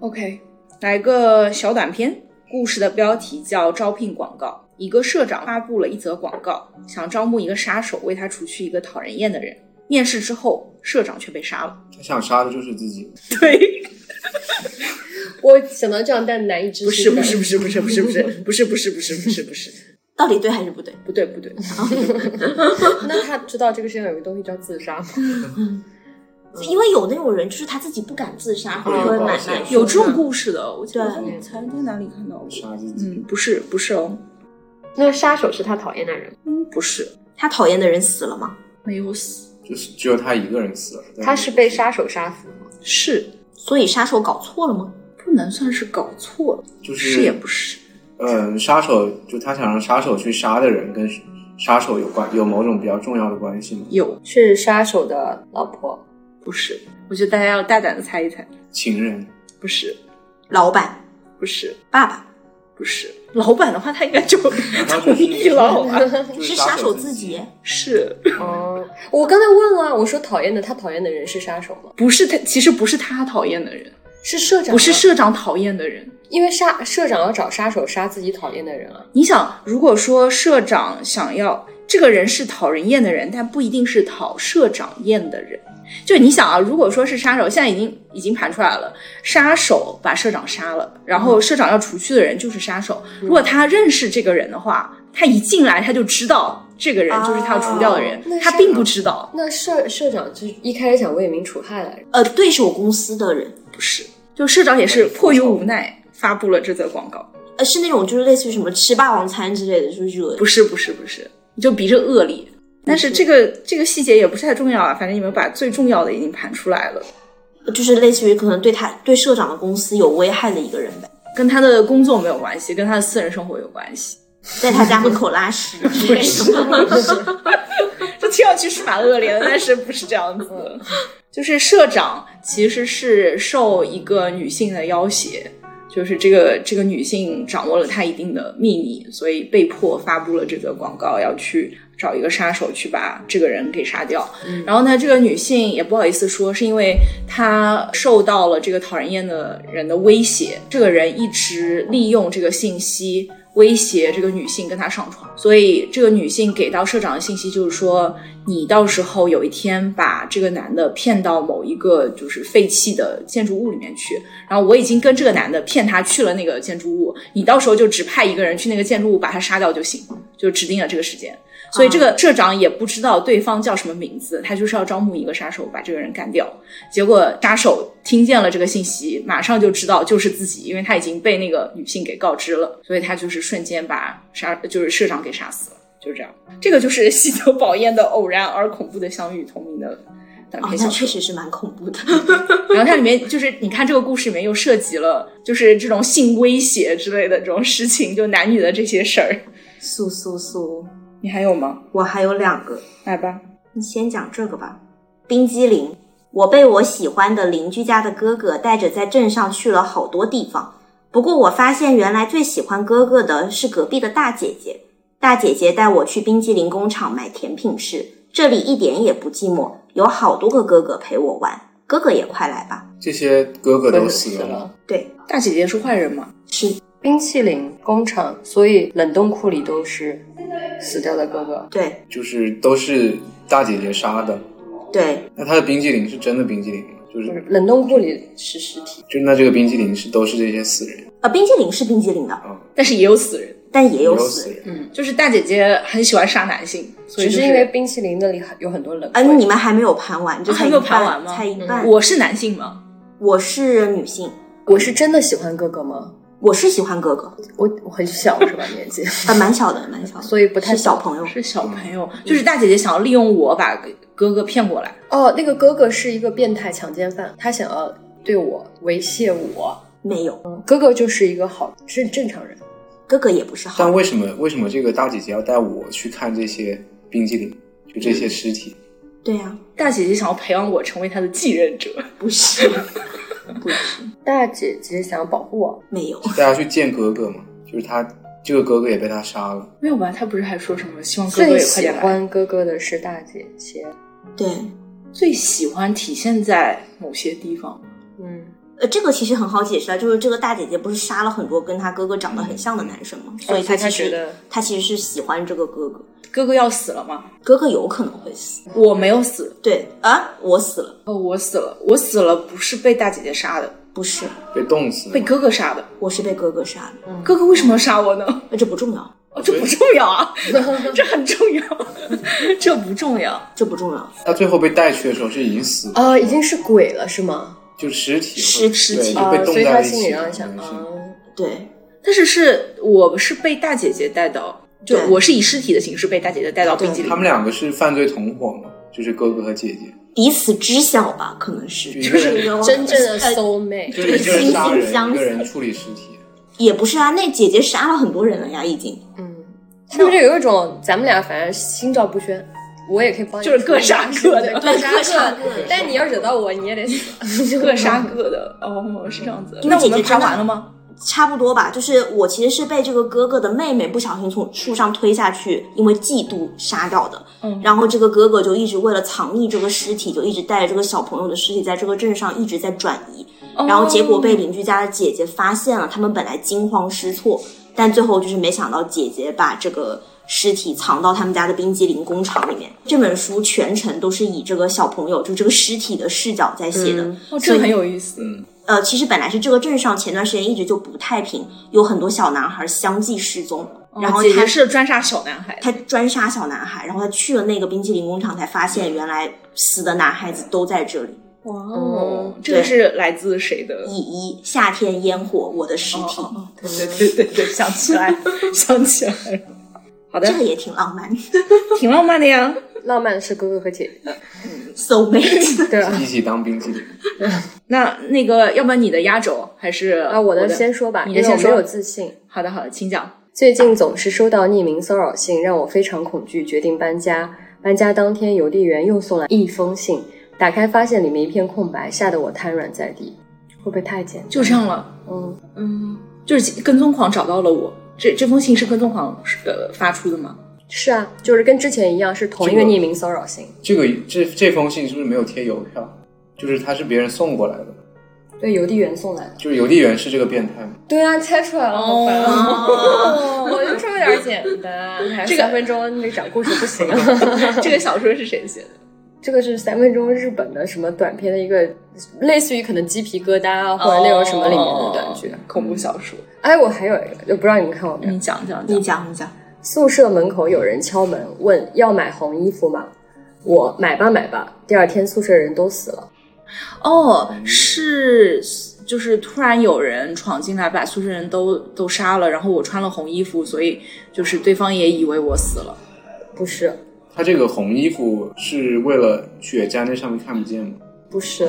D: OK，
B: 来个小短片，故事的标题叫《招聘广告》。一个社长发布了一则广告，想招募一个杀手为他除去一个讨人厌的人。面试之后，社长却被杀了。
E: 他想杀的就是自己。
B: 对，
D: 我想到这样，但难以置
B: 不是
D: 信。
B: 不是不是不是不是不是不是不是不是不是不是，
C: 到底对还是不对？
B: 不对不对，
D: 那他知道这个世界上有个东西叫自杀吗？
C: 因为有那种人，就是他自己不敢自杀，
B: 啊
C: 或者
E: 嗯
C: 会买
E: 保险
C: 买
B: 有这种故事的，我记得
C: 对
B: 好像才在哪里看到过。
E: 杀自己
B: 嗯，不是不是哦，
D: 那杀手是他讨厌的人，
B: 嗯不是，
C: 他讨厌的人死了吗？
B: 没有死，
E: 就是只有他一个人死了。但
D: 他是被杀手杀死吗？
B: 是
C: 所以杀手搞错了吗？
B: 不能算是搞错了，
E: 就是
B: 也不是。
E: 嗯，杀手就他想让杀手去杀的人跟杀手有关，有某种比较重要的关系吗？
B: 有
D: 是杀手的老婆。
B: 不是？我觉得大家要大胆的猜一猜，
E: 情人，
B: 不是
C: 老板、
B: 不是
C: 爸爸
B: 不是。老板的话，他应该就
E: 他
B: 同
E: 就是
B: 意了，好 吧？
E: 就是
C: 是杀
E: 手
C: 手自己，
B: 是
D: 哦，我刚才问了，啊我说讨厌的他讨厌的人是杀手吗？
B: 不是他？其实不是他讨厌的人，
D: 是社长吗，
B: 不是社长讨厌的人。
D: 因为杀社长要找杀手杀自己讨厌的人啊。
B: 你想，如果说社长想要这个人是讨人厌的人，但不一定是讨社长厌的人。就你想啊，如果说是杀手，现在已经已经盘出来了，杀手把社长杀了，然
D: 嗯
B: 后社长要除去的人就是杀手。如果他认识这个人的话，他一进来他就知道这个人就是他要除掉的人，
D: 哦那
B: 他
D: 是
B: 并不知道，
D: 那社社长就是一开始想为民除害来着，
C: 呃，对手公司的人，
B: 不是。就社长也是迫于无奈发布了这则广告，
C: 呃，是那种就是类似于什么吃霸王餐之类的，就是惹
B: 不是不是不是，你就比这恶劣。但是这个这个细节也不是太重要啊，反正你们把最重要的已经盘出来了，
C: 就是类似于可能对他对社长的公司有危害的一个人呗，
B: 跟他的工作没有关系，跟他的私人生活有关系。
C: 在他家门口拉屎之类的。
B: 这听上去是蛮恶劣的，但是不是这样子 的。就是社长其实是受一个女性的要挟，就是这个这个女性掌握了他一定的秘密，所以被迫发布了这则广告，要去找一个杀手去把这个人给杀掉。然后呢，这个女性也不好意思说，是因为她受到了这个讨人厌的人的威胁，这个人一直利用这个信息威胁这个女性跟她上床，所以这个女性给到社长的信息就是说，你到时候有一天把这个男的骗到某一个就是废弃的建筑物里面去，然后我已经跟这个男的骗他去了那个建筑物，你到时候就只派一个人去那个建筑物把他杀掉就行，就指定了这个时间。所以这
C: 哦
B: 个社长也不知道对方叫什么名字，他就是要招募一个杀手把这个人干掉。结果杀手听见了这个信息，马上就知道就是自己，因为他已经被那个女性给告知了，所以他就是瞬间把杀就是社长给杀死了，就是这样。这个就是喜得宝彦的偶然而恐怖的相遇同名的短
C: 哦
B: 篇，
C: 那
B: 小
C: 确
B: 说。
C: 实是蛮恐 怖的。
B: 然后它里面就是你看这个故事里面又涉及了就是这种性威胁之类的这种事情，就男女的这些事儿。
C: 苏苏苏，
B: 你还有吗？
C: 我还有两个，
B: 来吧，
C: 你先讲这个吧。冰激凌，我被我喜欢的邻居家的哥哥带着在镇上去了好多地方，不过我发现原来最喜欢哥哥的是隔壁的大姐姐，大姐姐带我去冰激凌工厂买甜品吃，这里一点也不寂寞，有好多个哥哥陪我玩，哥哥也快来吧。
E: 这些哥哥都
D: 死
E: 死了吗？
D: 了。
C: 对，
B: 大姐姐是坏人吗？
C: 是，
D: 冰淇淋工厂，所以冷冻库里都是死掉的哥哥。
C: 对，
E: 就是都是大姐姐杀的。
C: 对，
E: 那他的冰激凌是真的冰激凌吗？就
D: 就是
E: 是
D: 冷冻库里是尸体，
E: 就那这个冰激凌是都是这些死人
C: 呃，冰激凌是冰激凌的，
E: 啊，
B: 但是也有死人，
C: 但也
E: 也有
C: 有死
E: 死
C: 人。
E: 人。
B: 就是大姐姐很喜欢杀男性，所以
D: 只
B: 就是
D: 因为冰淇淋那里很有很多冷
C: 嗯、你
D: 味。
C: 们还没有盘完，这
B: 啊
C: 才
B: 还
C: 一
B: 没有
C: 半，
B: 盘完吗嗯
C: 才一半。
B: 我是男性吗？
C: 我是女性，
D: 我是真的喜欢哥哥吗？
C: 我是喜欢哥哥，
D: 我我很小是吧？年纪，
C: 呃，蛮小的，蛮小的，
D: 所以不太
C: 是小朋友。
B: 是小朋友，嗯就是大姐姐想要利用我把哥哥骗过来，
D: 哦，那个哥哥是一个变态强奸犯，他想要对我猥亵我。
C: 没有，
D: 哥哥就是一个好是正常人，
C: 哥哥也不是好
E: 但
C: 人。
E: 为什么为什么这个大姐姐要带我去看这些冰激凌？就这
D: 嗯
E: 些尸体，
C: 对呀、
B: 大姐姐想要培养我成为她的继任者。
C: 不是， 不是，
D: 大姐姐想要保护我，
C: 没有。
E: 带她去见哥哥嘛？就是他这个哥哥也被他杀了，
B: 没有吧？她不是还说什么希望哥哥
D: 最
B: 也快
D: 喜
B: 点来？
D: 欢哥哥的是大姐姐。
C: 对，
B: 最喜欢体现在某些地方，
D: 嗯，
C: 呃，这个其实很好解释啊，就是这个大姐姐不是杀了很多跟她哥哥长得很像的男生吗？所以她
D: 嗯哎所以她
C: 其实
D: 觉得
C: 她其实是喜欢这个哥哥，
B: 哥哥要死了吗？
C: 哥哥有可能会死。
B: 我没有死，
C: 对啊，我死了，
B: 哦，我死了，我死了不是被大姐姐杀的，
C: 不是，
E: 被冻死了
B: 被
E: 嘛。
B: 哥哥杀的。
C: 我是被哥哥杀的，
B: 哥哥为什么要杀我 呢？
C: 呃这不重要，
B: 哦这不重要啊，这很重 要，这不重要。
C: 这不重要。
E: 他最后被带去的时候是已经死了，
D: 啊，已经是鬼了是吗？
E: 就尸体
C: 尸
E: 体
B: 体
E: 对，就
D: 啊
E: 被，冻
D: 所以
E: 在
D: 他
E: 了一
D: 心里
E: 起。
D: 让
E: 可
D: 想
E: 能
D: 啊
E: 是，
C: 对
B: 但是是我是被大姐姐带到，就
C: 对
B: 我是以尸体的形式被大姐姐带到冰激凌
E: 嗯他们两个是犯罪同伙嘛？就是哥哥和姐姐，
C: 彼此知晓吧，可能是
E: 就
C: 就
E: 一
C: 是
E: 个人
D: 啊真正的
C: 呃
D: soul mate
E: 就是一个人杀
C: 惺惺相
E: 人，
C: 惜
E: 一个人处理尸体。
C: 也不是啊，那姐姐杀了很多人了呀，已经。
D: 嗯，是不是有一种咱们俩反正心照不宣，我也可以帮你
B: 就是
D: 处理
B: 各杀各的
D: 对
C: 各
D: 各杀
C: 杀
D: 各
C: 各的
D: 的。但你要惹到我，你也得 死。
B: 各杀各的。哦，是这样子。
C: 因为
B: 那我
C: 姐
B: 们
C: 姐真
B: 盘
C: 的
B: 完了吗？
C: 差不多吧，就是我其实是被这个哥哥的妹妹不小心从树上推下去，因为嫉妒杀掉的。
B: 嗯
C: 然后这个哥哥就一直为了藏匿这个尸体，就一直带着这个小朋友的尸体在这个镇上一直在转移。然后结果被邻居家的姐姐发现了，他们本来惊慌失措，但最后就是没想到姐姐把这个尸体藏到他们家的冰激凌工厂里面。这本书全程都是以这个小朋友，就这个尸体的视角在写的。
D: 嗯
B: 哦，这很有意思。
C: 呃，其实本来是这个镇上前段时间一直就不太平，有很多小男孩相继失踪，然后
B: 哦姐
C: 他
B: 姐是专杀小男孩的。
C: 他专杀小男孩，然后他去了那个冰淇淋工厂，才发现原来死的男孩子都在这里。
B: 哇
D: 哦
B: 这个是来自谁的？
C: 以一夏天烟火，我的尸体，
B: 哦，对对对对对，想起 来，想起来了。好的
C: 这，个也挺浪漫
B: 挺浪漫的呀。
D: 浪漫是哥哥和姐姐，
C: ，so mate。
D: 对啊
E: 一。起当冰激凌。
B: 那那个，要不然你的压轴还是
D: 啊，我的先说吧，
B: 你的
D: 因
B: 先
D: 为我没
B: 说
D: 有自信。
B: 好的好的，请讲。
D: 最近总是收到匿名骚扰信，让我非常恐惧，决定搬家。搬家当天，邮递员又送来一封信，打开发现里面一片空白，吓得我瘫软在地。会不会太简单？
B: 就这啊样了。
D: 嗯，
B: 嗯，就是跟踪狂找到了我。这这封信是跟踪狂呃发出的吗？
D: 是啊，就是跟之前一样，是 同一个
E: 这个
D: 匿名骚扰信。
E: 这个这这封信是不是没有贴邮票？就是他是别人送过来的，
D: 对，邮递员送来的。
E: 就是邮递员是这个变态吗？
D: 对啊，猜出来了，好烦啊！ 我就说有点简单，还
B: 哦这个
D: 三分钟那讲故事不行啊。
B: 这个小说是谁写的？
D: 这个是三分钟日本的什么短片的一个，类似于可能鸡皮疙瘩啊，或者那种什么里面的短剧。
B: 哦嗯恐怖小说。
D: 哎，我还有一个，就不知道嗯你们看过没有？
B: 你讲讲，
C: 你讲，你讲，
D: 宿舍门口有人敲门，问要买红衣服吗？我买吧买吧。第二天宿舍人都死了，
B: 哦，是就是突然有人闯进来，把宿舍人都都杀了，然后我穿了红衣服，所以就是对方也以为我死了。
D: 不是
E: 他这个红衣服是为了血粘在上面看不见吗？
D: 不是，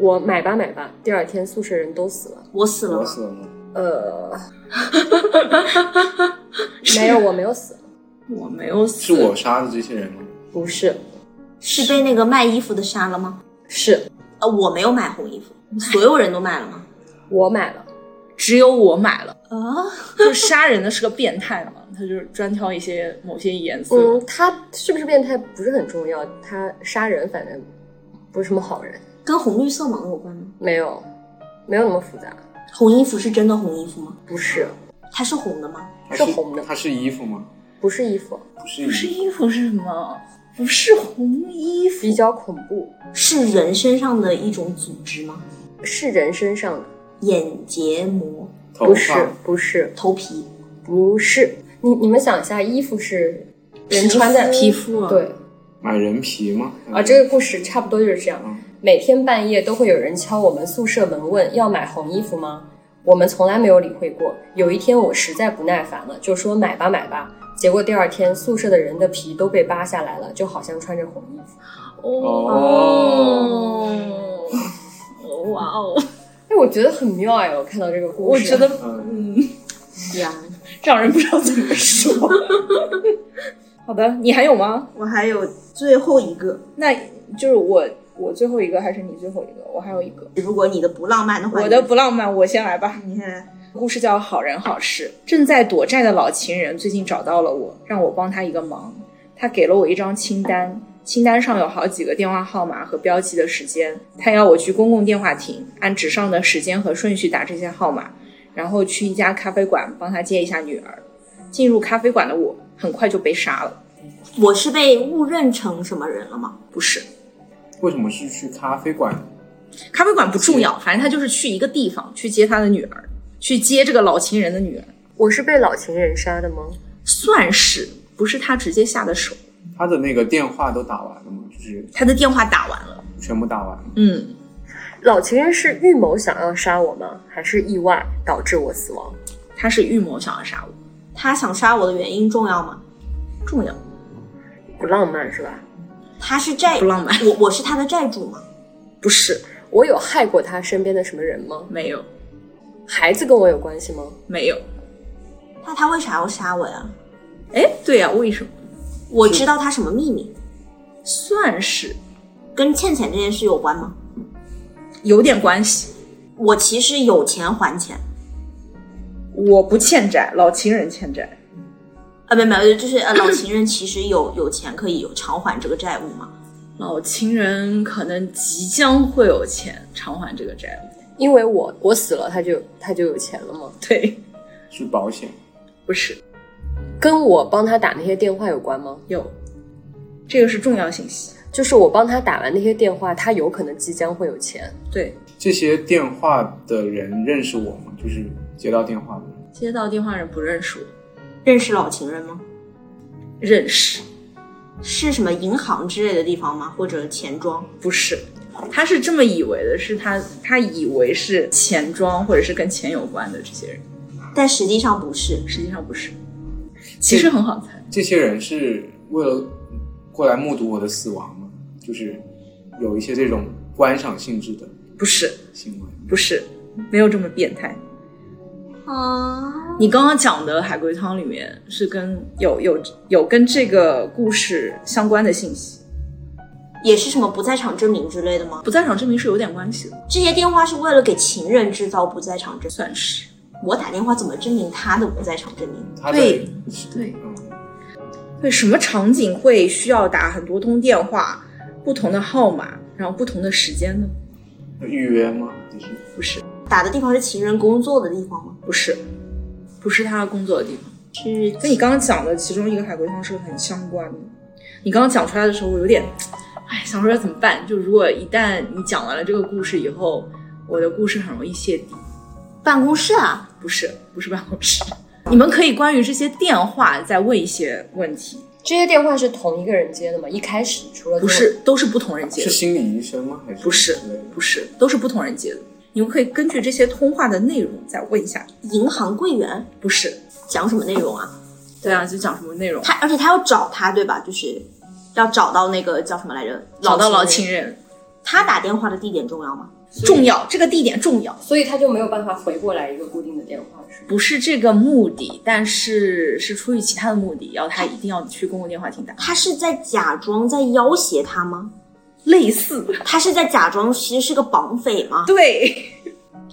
D: 我买吧买吧。第二天宿舍人都死了。
C: 我死了
E: 我
C: 吗？
E: 死了吗？
D: 呃，没有，我没有死，
B: 我没有死，
E: 是我杀的这些人吗？
D: 不是，
C: 是被那个卖衣服的杀了吗？
D: 是
B: 嗯
C: 呃，我没有买红衣服，所有人都卖了吗？
D: 我买了，
B: 只有我买了，
C: 啊，
B: 就杀人的是个变态嘛，他就是专挑一些某些颜色。
D: 嗯，他是不是变态不是很重要，他杀人反正不是什么好人，
C: 跟红绿色盲有关吗？
D: 没有，没有那么复杂，
C: 红衣服是真的红衣服吗？
D: 不是，
C: 它是红的吗？
E: 它
D: 是红的
E: 它是衣服吗？
D: 不是衣服，
E: 不是衣
B: 不是
E: 服，
B: 衣服是什么？不是红衣服
D: 比，较恐怖，
C: 是人身上的一种组织吗？
D: 是人身上的，
C: 眼结膜、
E: 头
B: 哦
D: 不是
B: 啊
E: 发，
D: 不是
C: 头皮，
D: 不是，你你们想一下，衣服是人穿在
B: 皮肤啊嗯
D: 对
E: 买人皮吗？
D: 啊，这个故事差不多就是这样。
E: 嗯
D: 每天半夜都会有人敲我们宿舍门问要买红衣服吗？我们从来没有理会过。有一天我实在不耐烦了，就说买吧买吧。结果第二天宿舍的人的皮都被扒下来了，就好像穿着红衣服。
E: 哦
B: 哇哦！
D: 哎，我觉得很妙哎，我看到这个故
B: 我
D: 事，
B: 觉得
E: 嗯，
B: 嗯，
C: 呀，
B: 让人不知道怎么说。 好的，你还有吗？
C: 我还有最后一个，
B: 那就是我，我最后一个还是你最后一个？我还有一个，
C: 如果你的不浪漫的话，
B: 我的不浪漫，我先来吧。
C: 你，你先来。
B: 故事叫《好人好事》。正在躲债的老情人最近找到了我，让我帮他一个忙。他给了我一张清单，清单上有好几个电话号码和标记的时间。他要我去公共电话亭，按纸上的时间和顺序打这些号码，然后去一家咖啡馆帮他接一下女儿。进入咖啡馆的我，很快就被杀了。
C: 我是被误认成什么人了吗？
B: 不是，
E: 为什么是去咖啡馆？
B: 咖啡馆不重要，反正他就是去一个地方去接他的女儿，去接这个老情人的女儿，
D: 我是被老情人杀的吗？
B: 算是不是他直接下的手。
E: 他的那个电话都打完了吗？就是
B: 他的电话打完了。
E: 全部打完了。
B: 嗯，
D: 老情人是预谋想要杀我吗？还是意外导致我死亡？
B: 他是预谋想要杀我，
C: 他想杀我的原因重要吗？
B: 重要
D: 不浪漫是吧？
C: 他是债
B: 不浪漫
C: 我我是他的债主吗？
B: 不是
D: 我有害过他身边的什么人吗？
B: 没有
D: 孩子跟我有关系吗？
B: 没有。
C: 那他为啥要杀我呀？
B: 哎，对呀、为什么？
C: 我知道他什么秘密，
B: 算是
C: 跟欠钱这件事有关吗？
B: 有点关系。
C: 我其实有钱还钱，
B: 我不欠债，老情人欠债。
C: 啊，没有没有，就是呃，老情人其实有有钱可以有偿还这个债务嘛。
B: 老情人可能即将会有钱偿还这个债务。
D: 因为我我死了，他就他就有钱了吗？
B: 对，
E: 是保险，
B: 不是
D: 跟我帮他打那些电话有关吗？
B: 有，这个是重要信息。
D: 就是我帮他打完那些电话，他有可能即将会有钱。
B: 对，
E: 这些电话的人认识我吗？就是接到电话的人，
B: 接到电话人不认识我，
C: 认识老情人吗？
B: 认识
C: 是什么银行之类的地方吗？或者钱庄？
B: 不是。他是这么以为的，是他他以为是钱庄或者是跟钱有关的这些人。
C: 但实际上不是。
B: 实际上不是。其实很好猜，
E: 这些人是为了过来目睹我的死亡吗？就是有一些这种观赏性质的
B: 不是，
E: 行为。
B: 不是，没有这么变态。
C: 啊，
B: 你刚刚讲的海龟汤里面是跟有有有跟这个故事相关的信息，
C: 也是什么不在场证明之类的吗？
B: 不在场证明是有点关系的，
C: 这些电话是为了给情人制造不在场证明。
B: 算是
C: 我打电话怎么证明他的不在场证明？
E: 他的
B: 对对
E: 嗯，
B: 对什么场景会需要打很多通电话，不同的号码，然后不同的时间呢？
E: 预约吗？就是
B: 不是，
C: 打的地方是情人工作的地方吗？
B: 不是，不是他工作的地方。
C: 是
B: 跟你刚刚讲的其中一个海龟汤是很相关的。你刚刚讲出来的时候，我有点，哎，想说怎么办？就如果一旦你讲完了这个故事以后，我的故事很容易泄底。
C: 办公室啊？
B: 不是，不是办公室。你们可以关于这些电话再问一些问题，
D: 这些电话是同一个人接的吗？一开始除了
B: 不是，都是不同人接
E: 是
B: 的，
E: 心理医生吗？还是
B: 不是
E: 之类的，
B: 不是，都是不同人接的。你们可以根据这些通话的内容再问一下，
C: 银行柜员
B: 不是？
C: 讲什么内容啊？
B: 对啊，就讲什么内容？
C: 他而且他要找他对吧？就是要找到那个叫什么来着？
B: 找到老
C: 情
B: 情
C: 人。
B: 人，
C: 他打电话的地点重要吗？
B: 重要，这个地点重要。
D: 所以他就没有办法回过来一个固定的电话，是吗？
B: 不是这个目的，但是是出于其他的目的，要他一定要去公共电话亭打，
C: 他是在假装在要挟他吗？
B: 类似
C: 他是在假装其实是个绑匪吗？
B: 对，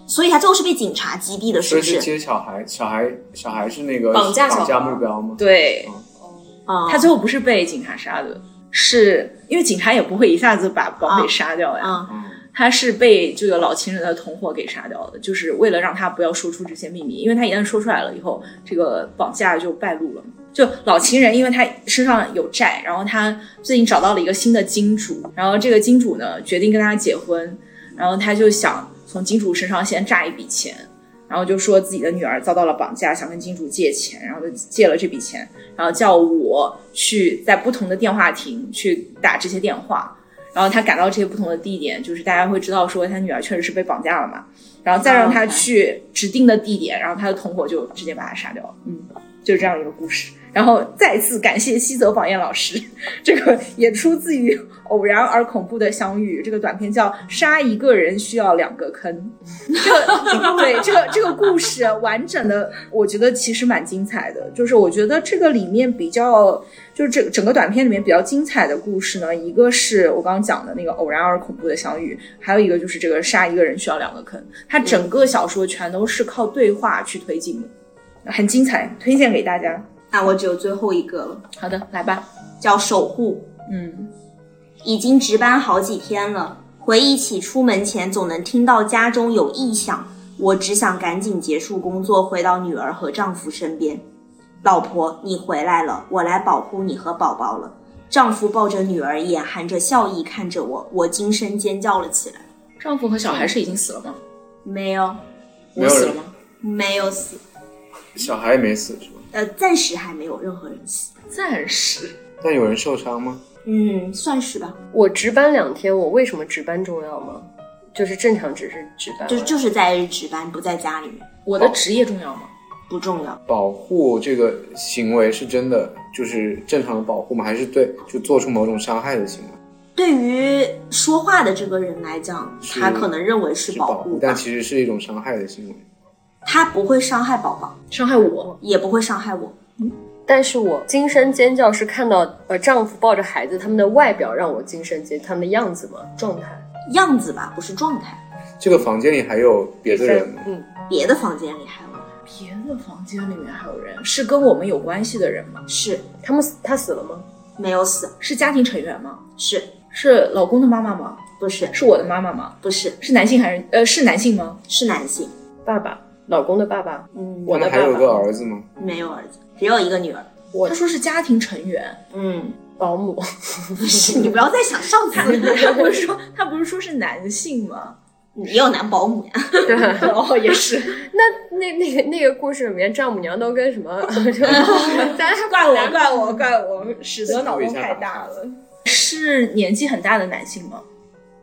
C: 所以他最后是被警察击毙的，是
E: 所以
C: 不
E: 是
C: 是？
E: 接小孩，小孩小孩是那个
D: 绑架小孩
E: 目标吗？，
B: 对
E: 嗯
C: 啊、
B: 他最后不是被警察杀的，是因为警察也不会一下子把绑匪杀掉呀。
C: 啊、
E: 嗯，
B: 他是被这个老情人的同伙给杀掉的，就是为了让他不要说出这些秘密，因为他一旦说出来了以后，这个绑架就败露了。就老情人，因为他身上有债，然后他最近找到了一个新的金主，然后这个金主呢决定跟他结婚，然后他就想从金主身上先诈一笔钱，然后就说自己的女儿遭到了绑架，想跟金主借钱，然后就借了这笔钱，然后叫我去在不同的电话亭去打这些电话，然后他赶到这些不同的地点，就是大家会知道说他女儿确实是被绑架了嘛，然后再让他
C: OK
B: 去指定的地点，然后他的同伙就直接把他杀掉了。嗯，就是这样一个故事。然后再次感谢西泽榜彦老师， 这个也出自于偶然而恐怖的相遇。这个短片叫《杀一个人需要两个坑》，这个对这个这个故事啊完整的，我觉得其实蛮精彩的。就是我觉得这个里面比较就是整整个短片里面比较精彩的故事呢，一个是我刚刚讲的那个偶然而恐怖的相遇，还有一个就是这个杀一个人需要两个坑。它整个小说全都是靠对话去推进的，很精彩，推荐给大家。
C: 那我只有最后一个了，
B: 好的，来吧。
C: 叫守护。
B: 嗯，
C: 已经值班好几天了。回忆起出门前总能听到家中有异响，我只想赶紧结束工作，回到女儿和丈夫身边。老婆，你回来了，我来保护你和宝宝了。丈夫抱着女儿，眼含着笑意看着我，我惊声尖叫了起来。
B: 丈夫和小孩是已经死了吗？
C: 没有，
B: 我
E: 没有
B: 死了
E: 人，
B: 吗？
C: 没有死，
E: 小孩也没死是吧？
C: 呃，暂时还没有任何人死。
B: 暂时。
E: 但有人受伤吗？
C: 嗯，算是吧，
D: 我值班两天，我为什么值班重要吗？就是正常只是值班，
C: 就就是在值班，不在家里面，
B: 我的职业重要吗？
C: 不重要。
E: 保护这个行为是真的就是正常的保护吗？还是对就做出某种伤害的行为
C: 对于说话的这个人来讲，
E: 是
C: 他可能认为是
E: 是
C: 保
E: 保
C: 护
E: 护，
C: 吧
E: 但，其实是一种伤害的行为。
C: 他不会伤害宝宝，
B: 伤害我？
C: 也不会伤害我。
D: 但是我惊声尖叫是看到呃丈夫抱着孩子他们的外表让我惊声尖，他们的样子嘛状态。
C: 样子吧，不是状态。
E: 这个房间里还有别的人吗？
D: 嗯，
C: 别的房间里还有人
B: 别的房间里面还有人，是跟我们有关系的人吗？
C: 是
D: 他们死他死了吗？
C: 没有死，
B: 是家庭成员吗？
C: 是
B: 是老公的妈妈吗？
C: 不是
B: 是我的妈妈吗？
C: 不是
B: 是男性还是呃是男性吗？
C: 是男性？
D: 爸爸，老公的爸爸，
C: 嗯，
D: 我
E: 他们
D: 的爸
E: 还有个
D: 爸，
E: 儿子吗？
C: 没有儿子，只有一个女儿。
D: 我
B: 他说是家庭成员，
C: 嗯，
D: 保姆，
C: 不是，你不要再想上次了，
B: 他不是说他不是说是男性吗？
C: 也有男保姆呀。
D: 对，
B: 哦，也 是，
D: 那那那个那个故事里面，丈母娘都跟什 么？就咱
B: 怪
D: 俩
B: 我怪我怪我，使得脑洞太大
E: 思
B: 了。是年纪很大的男性吗？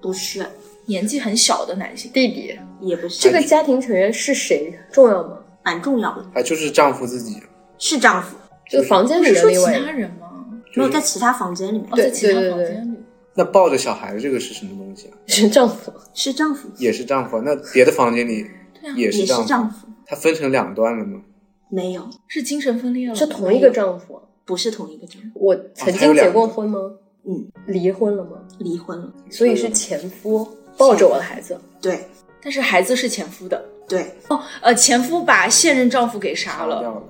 C: 不是，
B: 年纪很小的男性？
D: 弟弟，
C: 也不是，
D: 这
E: 哎
D: 个家庭成员是谁重要吗？
C: 蛮重要的，
E: 啊，就是丈夫自己，
C: 是丈夫，
D: 就房间
B: 不
D: 里
B: 是
D: 的
B: 说
D: 另
B: 其
D: 外一
B: 他
D: 个，
B: 人吗？
E: 就
C: 没有
E: 是
C: 在其他房间里面，
B: 哦，
D: 对
B: 在其他
D: 对
B: 房间里。
E: 那抱着小孩的这个是什么东西啊？
D: 是丈夫。
C: 是丈夫，
E: 也是丈夫啊？那别的房间里
B: 对啊
E: 也
C: 也
E: 是
C: 是
E: 丈夫，
C: 丈夫，
E: 他分成两段了吗？
C: 没有，
B: 是精神分裂了吗，
D: 是同一个丈夫。啊
C: 不是同一个丈夫，
D: 我曾
E: 还有
D: 经
E: 两个
D: 结过婚吗？
C: 嗯，
D: 离婚了吗？
C: 离婚了，
D: 所以是前夫抱着我的孩子。
C: 对
B: 但是孩子是前夫的。
C: 对，
B: 呃，前夫把现任丈夫给杀
E: 杀
B: 了，
E: 掉了。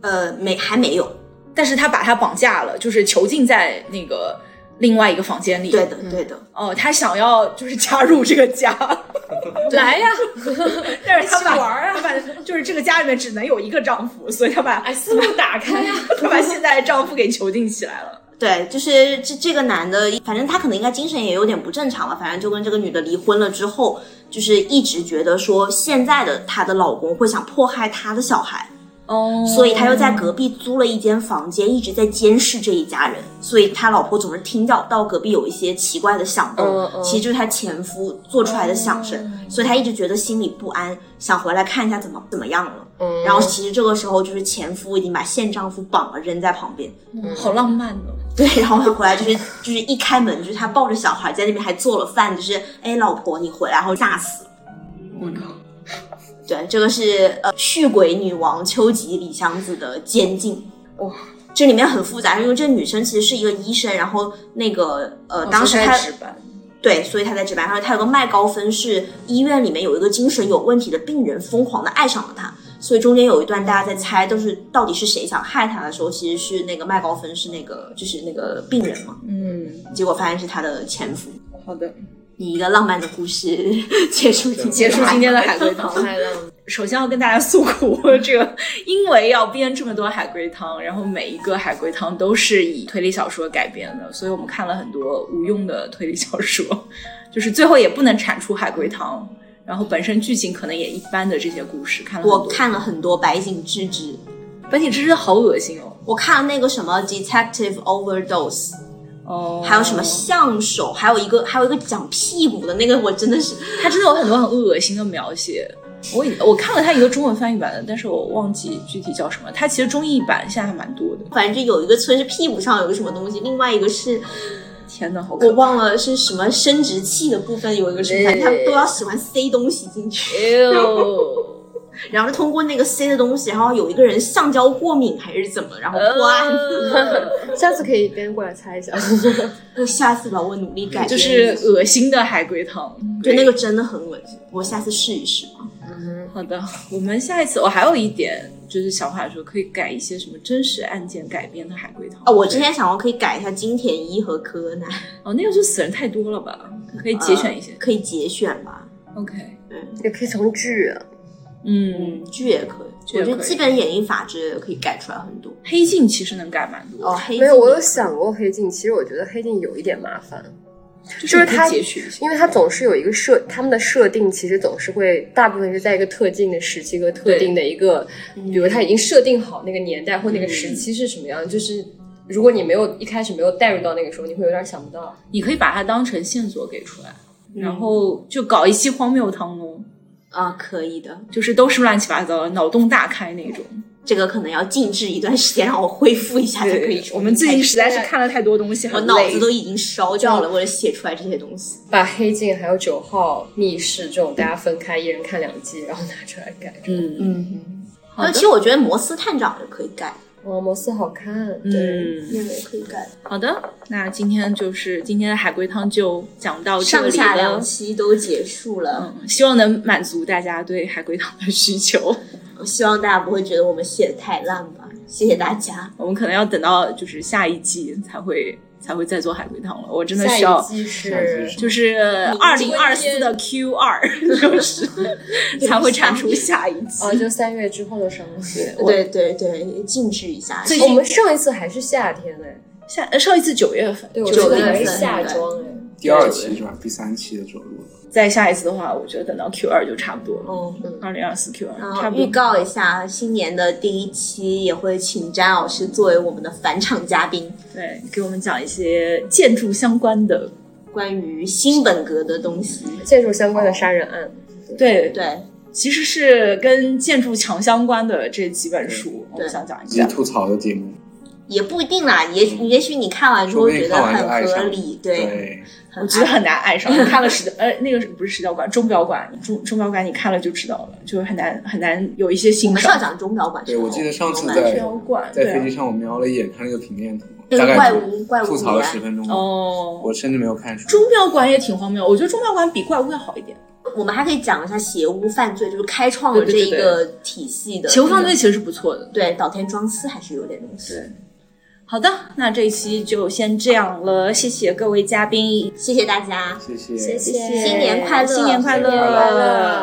C: 呃，没还没有，
B: 但是他把他绑架了，就是囚禁在那个另外一个房间里。
C: 对的对的，
B: 哦，他想要就是加入这个家，
D: 来呀，
B: 但是他把
D: 去玩
B: 啊，他把就是这个家里面只能有一个丈夫，所以他把哎思路打开呀、 他把现在的丈夫给囚禁起来了。
C: 对，就是这这个男的，反正他可能应该精神也有点不正常吧，反正就跟这个女的离婚了之后，就是一直觉得说现在的她的老公会想迫害她的小孩，
B: 哦，
C: 所以他又在隔壁租了一间房间，一直在监视这一家人，所以他老婆总是听到到隔壁有一些奇怪的响动，
D: 嗯嗯
C: 其实就是她前夫做出来的响声，所以他一直觉得心里不安，想回来看一下怎么怎么样了。
D: 嗯
C: 然后其实这个时候就是前夫已经把现丈夫绑了扔在旁边，
B: 好浪漫哦。
C: 对，然后他回来就是就是一开门，就是他抱着小孩在那边还做了饭，就是哎老婆你回来，然后吓死了。
B: 我靠，
C: 对，这个是呃续鬼女王秋吉里香子的监禁。
B: 哇，
C: 这里面很复杂，因为这女生其实是一个医生，然后那个呃当时
B: 哦在
C: 她
B: 值班，
C: 对，所以他在值班。而且他有个麦高芬是医院里面有一个精神有问题的病人，疯狂的爱上了他。所以中间有一段大家在猜，都是到底是谁想害他的时候，其实是那个麦高芬是那个就是那个病人嘛。
B: 嗯，
C: 结果发现是他的前夫。
B: 好的，
C: 以一个浪漫的故事 结束今天的
B: 结束今天的
C: 海
B: 海
C: 龟
B: 龟
C: 汤。
B: 汤。首先要跟大家诉苦，这个因为要编这么多海龟汤，然后每一个海龟汤都是以推理小说改编的，所以我们看了很多无用的推理小说，就是最后也不能产出海龟汤，然后本身剧情可能也一般的这些故事看了很
C: 我
B: 多
C: 看了很多白井智之，
B: 本体知识好恶心哦，
C: 我看了那个什么 Detective Overdose，
B: 哦，
C: 还有什么相手，还有一个还有一个讲屁股的那个，我真的是
B: 他真的有很多很恶心的描写。我以我看了他一个中文翻译版的，但是我忘记具体叫什么。他其实中译版现在还蛮多的。
C: 反正就有一个村是屁股上有个什么东西，另外一个是
B: 天呐，好可怕！
C: 我忘了是什么生殖器的部分有一个什么，反正他们都要喜欢塞东西进去，
B: 哎 呦，
C: 然后通过那个塞的东西，然后有一个人橡胶过敏还是怎么，然后
B: 哦
C: 破案。
D: 下次可以编过来猜一下。
C: 我下次吧，我努力改变。
B: 呃就是恶心的海龟汤。
C: 对那个真的很恶心，我下次试一试吧。
B: 好的，我们下一次我还有一点就是想法说可以改一些什么真实案件改编的海龟汤
C: 啊，我之前想过可以改一下金田一和柯南，呃
B: 哦，那个就死人太多了吧，可以
C: 啊
B: 节选一些。
C: 可以节选吧。
B: OK，
D: 也可以啊从剧，
B: 嗯，
C: 嗯，剧也可以，
B: 剧也
C: 我觉得
B: 可以
C: 基本演绎法之类的可以改出来很多。
B: 黑镜其实能改蛮多，
C: 哦，黑
D: 没有，
C: 镜
D: 我有
C: 也
D: 想过黑镜，其实我觉得黑镜有一点麻烦，
B: 就是
D: 是
B: 你可以
D: 它
B: 截取一些。
D: 因为它总是有一个设，他们的设定其实总是会大部分是在一个特定的时期和特定的一个，比如它已经设定好那个年代或那个时期是什么样，就是如果你没有一开始没有带入到那个时候，你会有点想不到。
B: 你可以把它当成线索给出来，然后就搞一期荒谬汤哦，
C: 啊，可以的，
B: 就是都是乱七八糟的，脑洞大开那种。
C: 这个可能要静置一段时间，让我恢复一下才可以重新开始。
B: 我们最近实在是看了太多东西，
C: 我
B: 很
C: 脑
B: 累
C: 子都已经烧掉了，为了写出来这些东西。
D: 把黑镜还有九号密室这种大家分开，一人看两季，然后拿出来改。
B: 嗯，
C: 嗯，
B: 好
C: 那
B: 的
C: 其实我觉得摩斯探长也可以改，
D: 哇，摩斯好看，对，
B: 嗯。
C: 那个也可以改。
B: 好的，那今天就是今天的海龟汤就讲到这
C: 上
B: 里
C: 下两
B: 了。
C: 期都结束了，
B: 嗯，希望能满足大家对海龟汤的需求。
C: 我希望大家不会觉得我们写的太烂吧。谢谢大家，
B: 我们可能要等到就是下一季才会才会再做海龟汤了。我真的需
D: 下
B: 要
D: 一，季是
E: 是
B: 就是二零二四的 Q 二，就是 才会产出下一季。
D: 哦，就三月之后的上
B: 对
D: 戏。
B: 我
C: 对对对，静置一下。
B: 最
D: 我
B: 近
D: 们上一次还是夏天哎，
B: 下呃上一次九月份，
D: 对，我
B: 九
D: 记
C: 觉
D: 得
C: 得
D: 还
B: 月
D: 是
B: 份
C: 夏
D: 夏装哎。
E: 第二期是吧？第三期的着陆，
B: 再下一次的话，我觉得等到 Q 二就差不多了。
C: 哦，
B: 二零二四 Q 二
C: 然
B: 差
C: 后
B: 不
C: 预
B: 多。
C: 告一下，新年的第一期也会请詹老师作为我们的返场嘉宾，
B: 对，给我们讲一些建筑相关的。
C: 关于新本格的东西。
D: 建筑相关的杀人案，
B: 对
C: 对，
B: 其实是跟建筑墙相关的这几本书，我们想讲一
E: 只是
B: 下。
E: 吐槽的节目，
C: 也不一定啦，也许
E: 嗯
C: 也许你看完之
E: 说
C: 后
E: 不定
C: 觉得
E: 看完就爱
C: 很
E: 上
C: 合
E: 了
C: 理，对，
E: 对，
B: 我觉得很难爱 上。你看了石呃那个不是石雕馆，钟表馆，钟钟表馆你看了就知道了，就是很难很难有一些
C: 我
B: 欣
C: 们是要
B: 赏。
C: 讲钟表馆是
E: 对
C: 吧，
E: 我记得上次
C: 钟表
E: 在
C: 馆
B: 钟表馆
E: 在飞机
B: 对啊
E: 上我瞄了一眼他那个平面图，
C: 那
E: 大
C: 个
E: 概
C: 怪物怪物
E: 吐槽了
C: 图案
E: 十分钟，
B: 哦，
E: 我甚至没有看书。
B: 钟表馆也挺荒谬，我觉得钟表馆比怪物要好一点。
C: 我们还可以讲一下邪巫犯罪，就是开创了
B: 对
C: 这
B: 对
C: 一
B: 对
C: 个体系的
B: 囚犯
C: 那
B: 罪
C: 个
B: 其实是不错的。
C: 对，岛田庄司还是有点东西。
B: 对，好的，那这一期就先这样了，谢谢各位嘉宾，
C: 谢谢大家，
E: 谢谢，
D: 谢谢
C: 新年快乐，
B: 新年快
E: 新年快
B: 乐。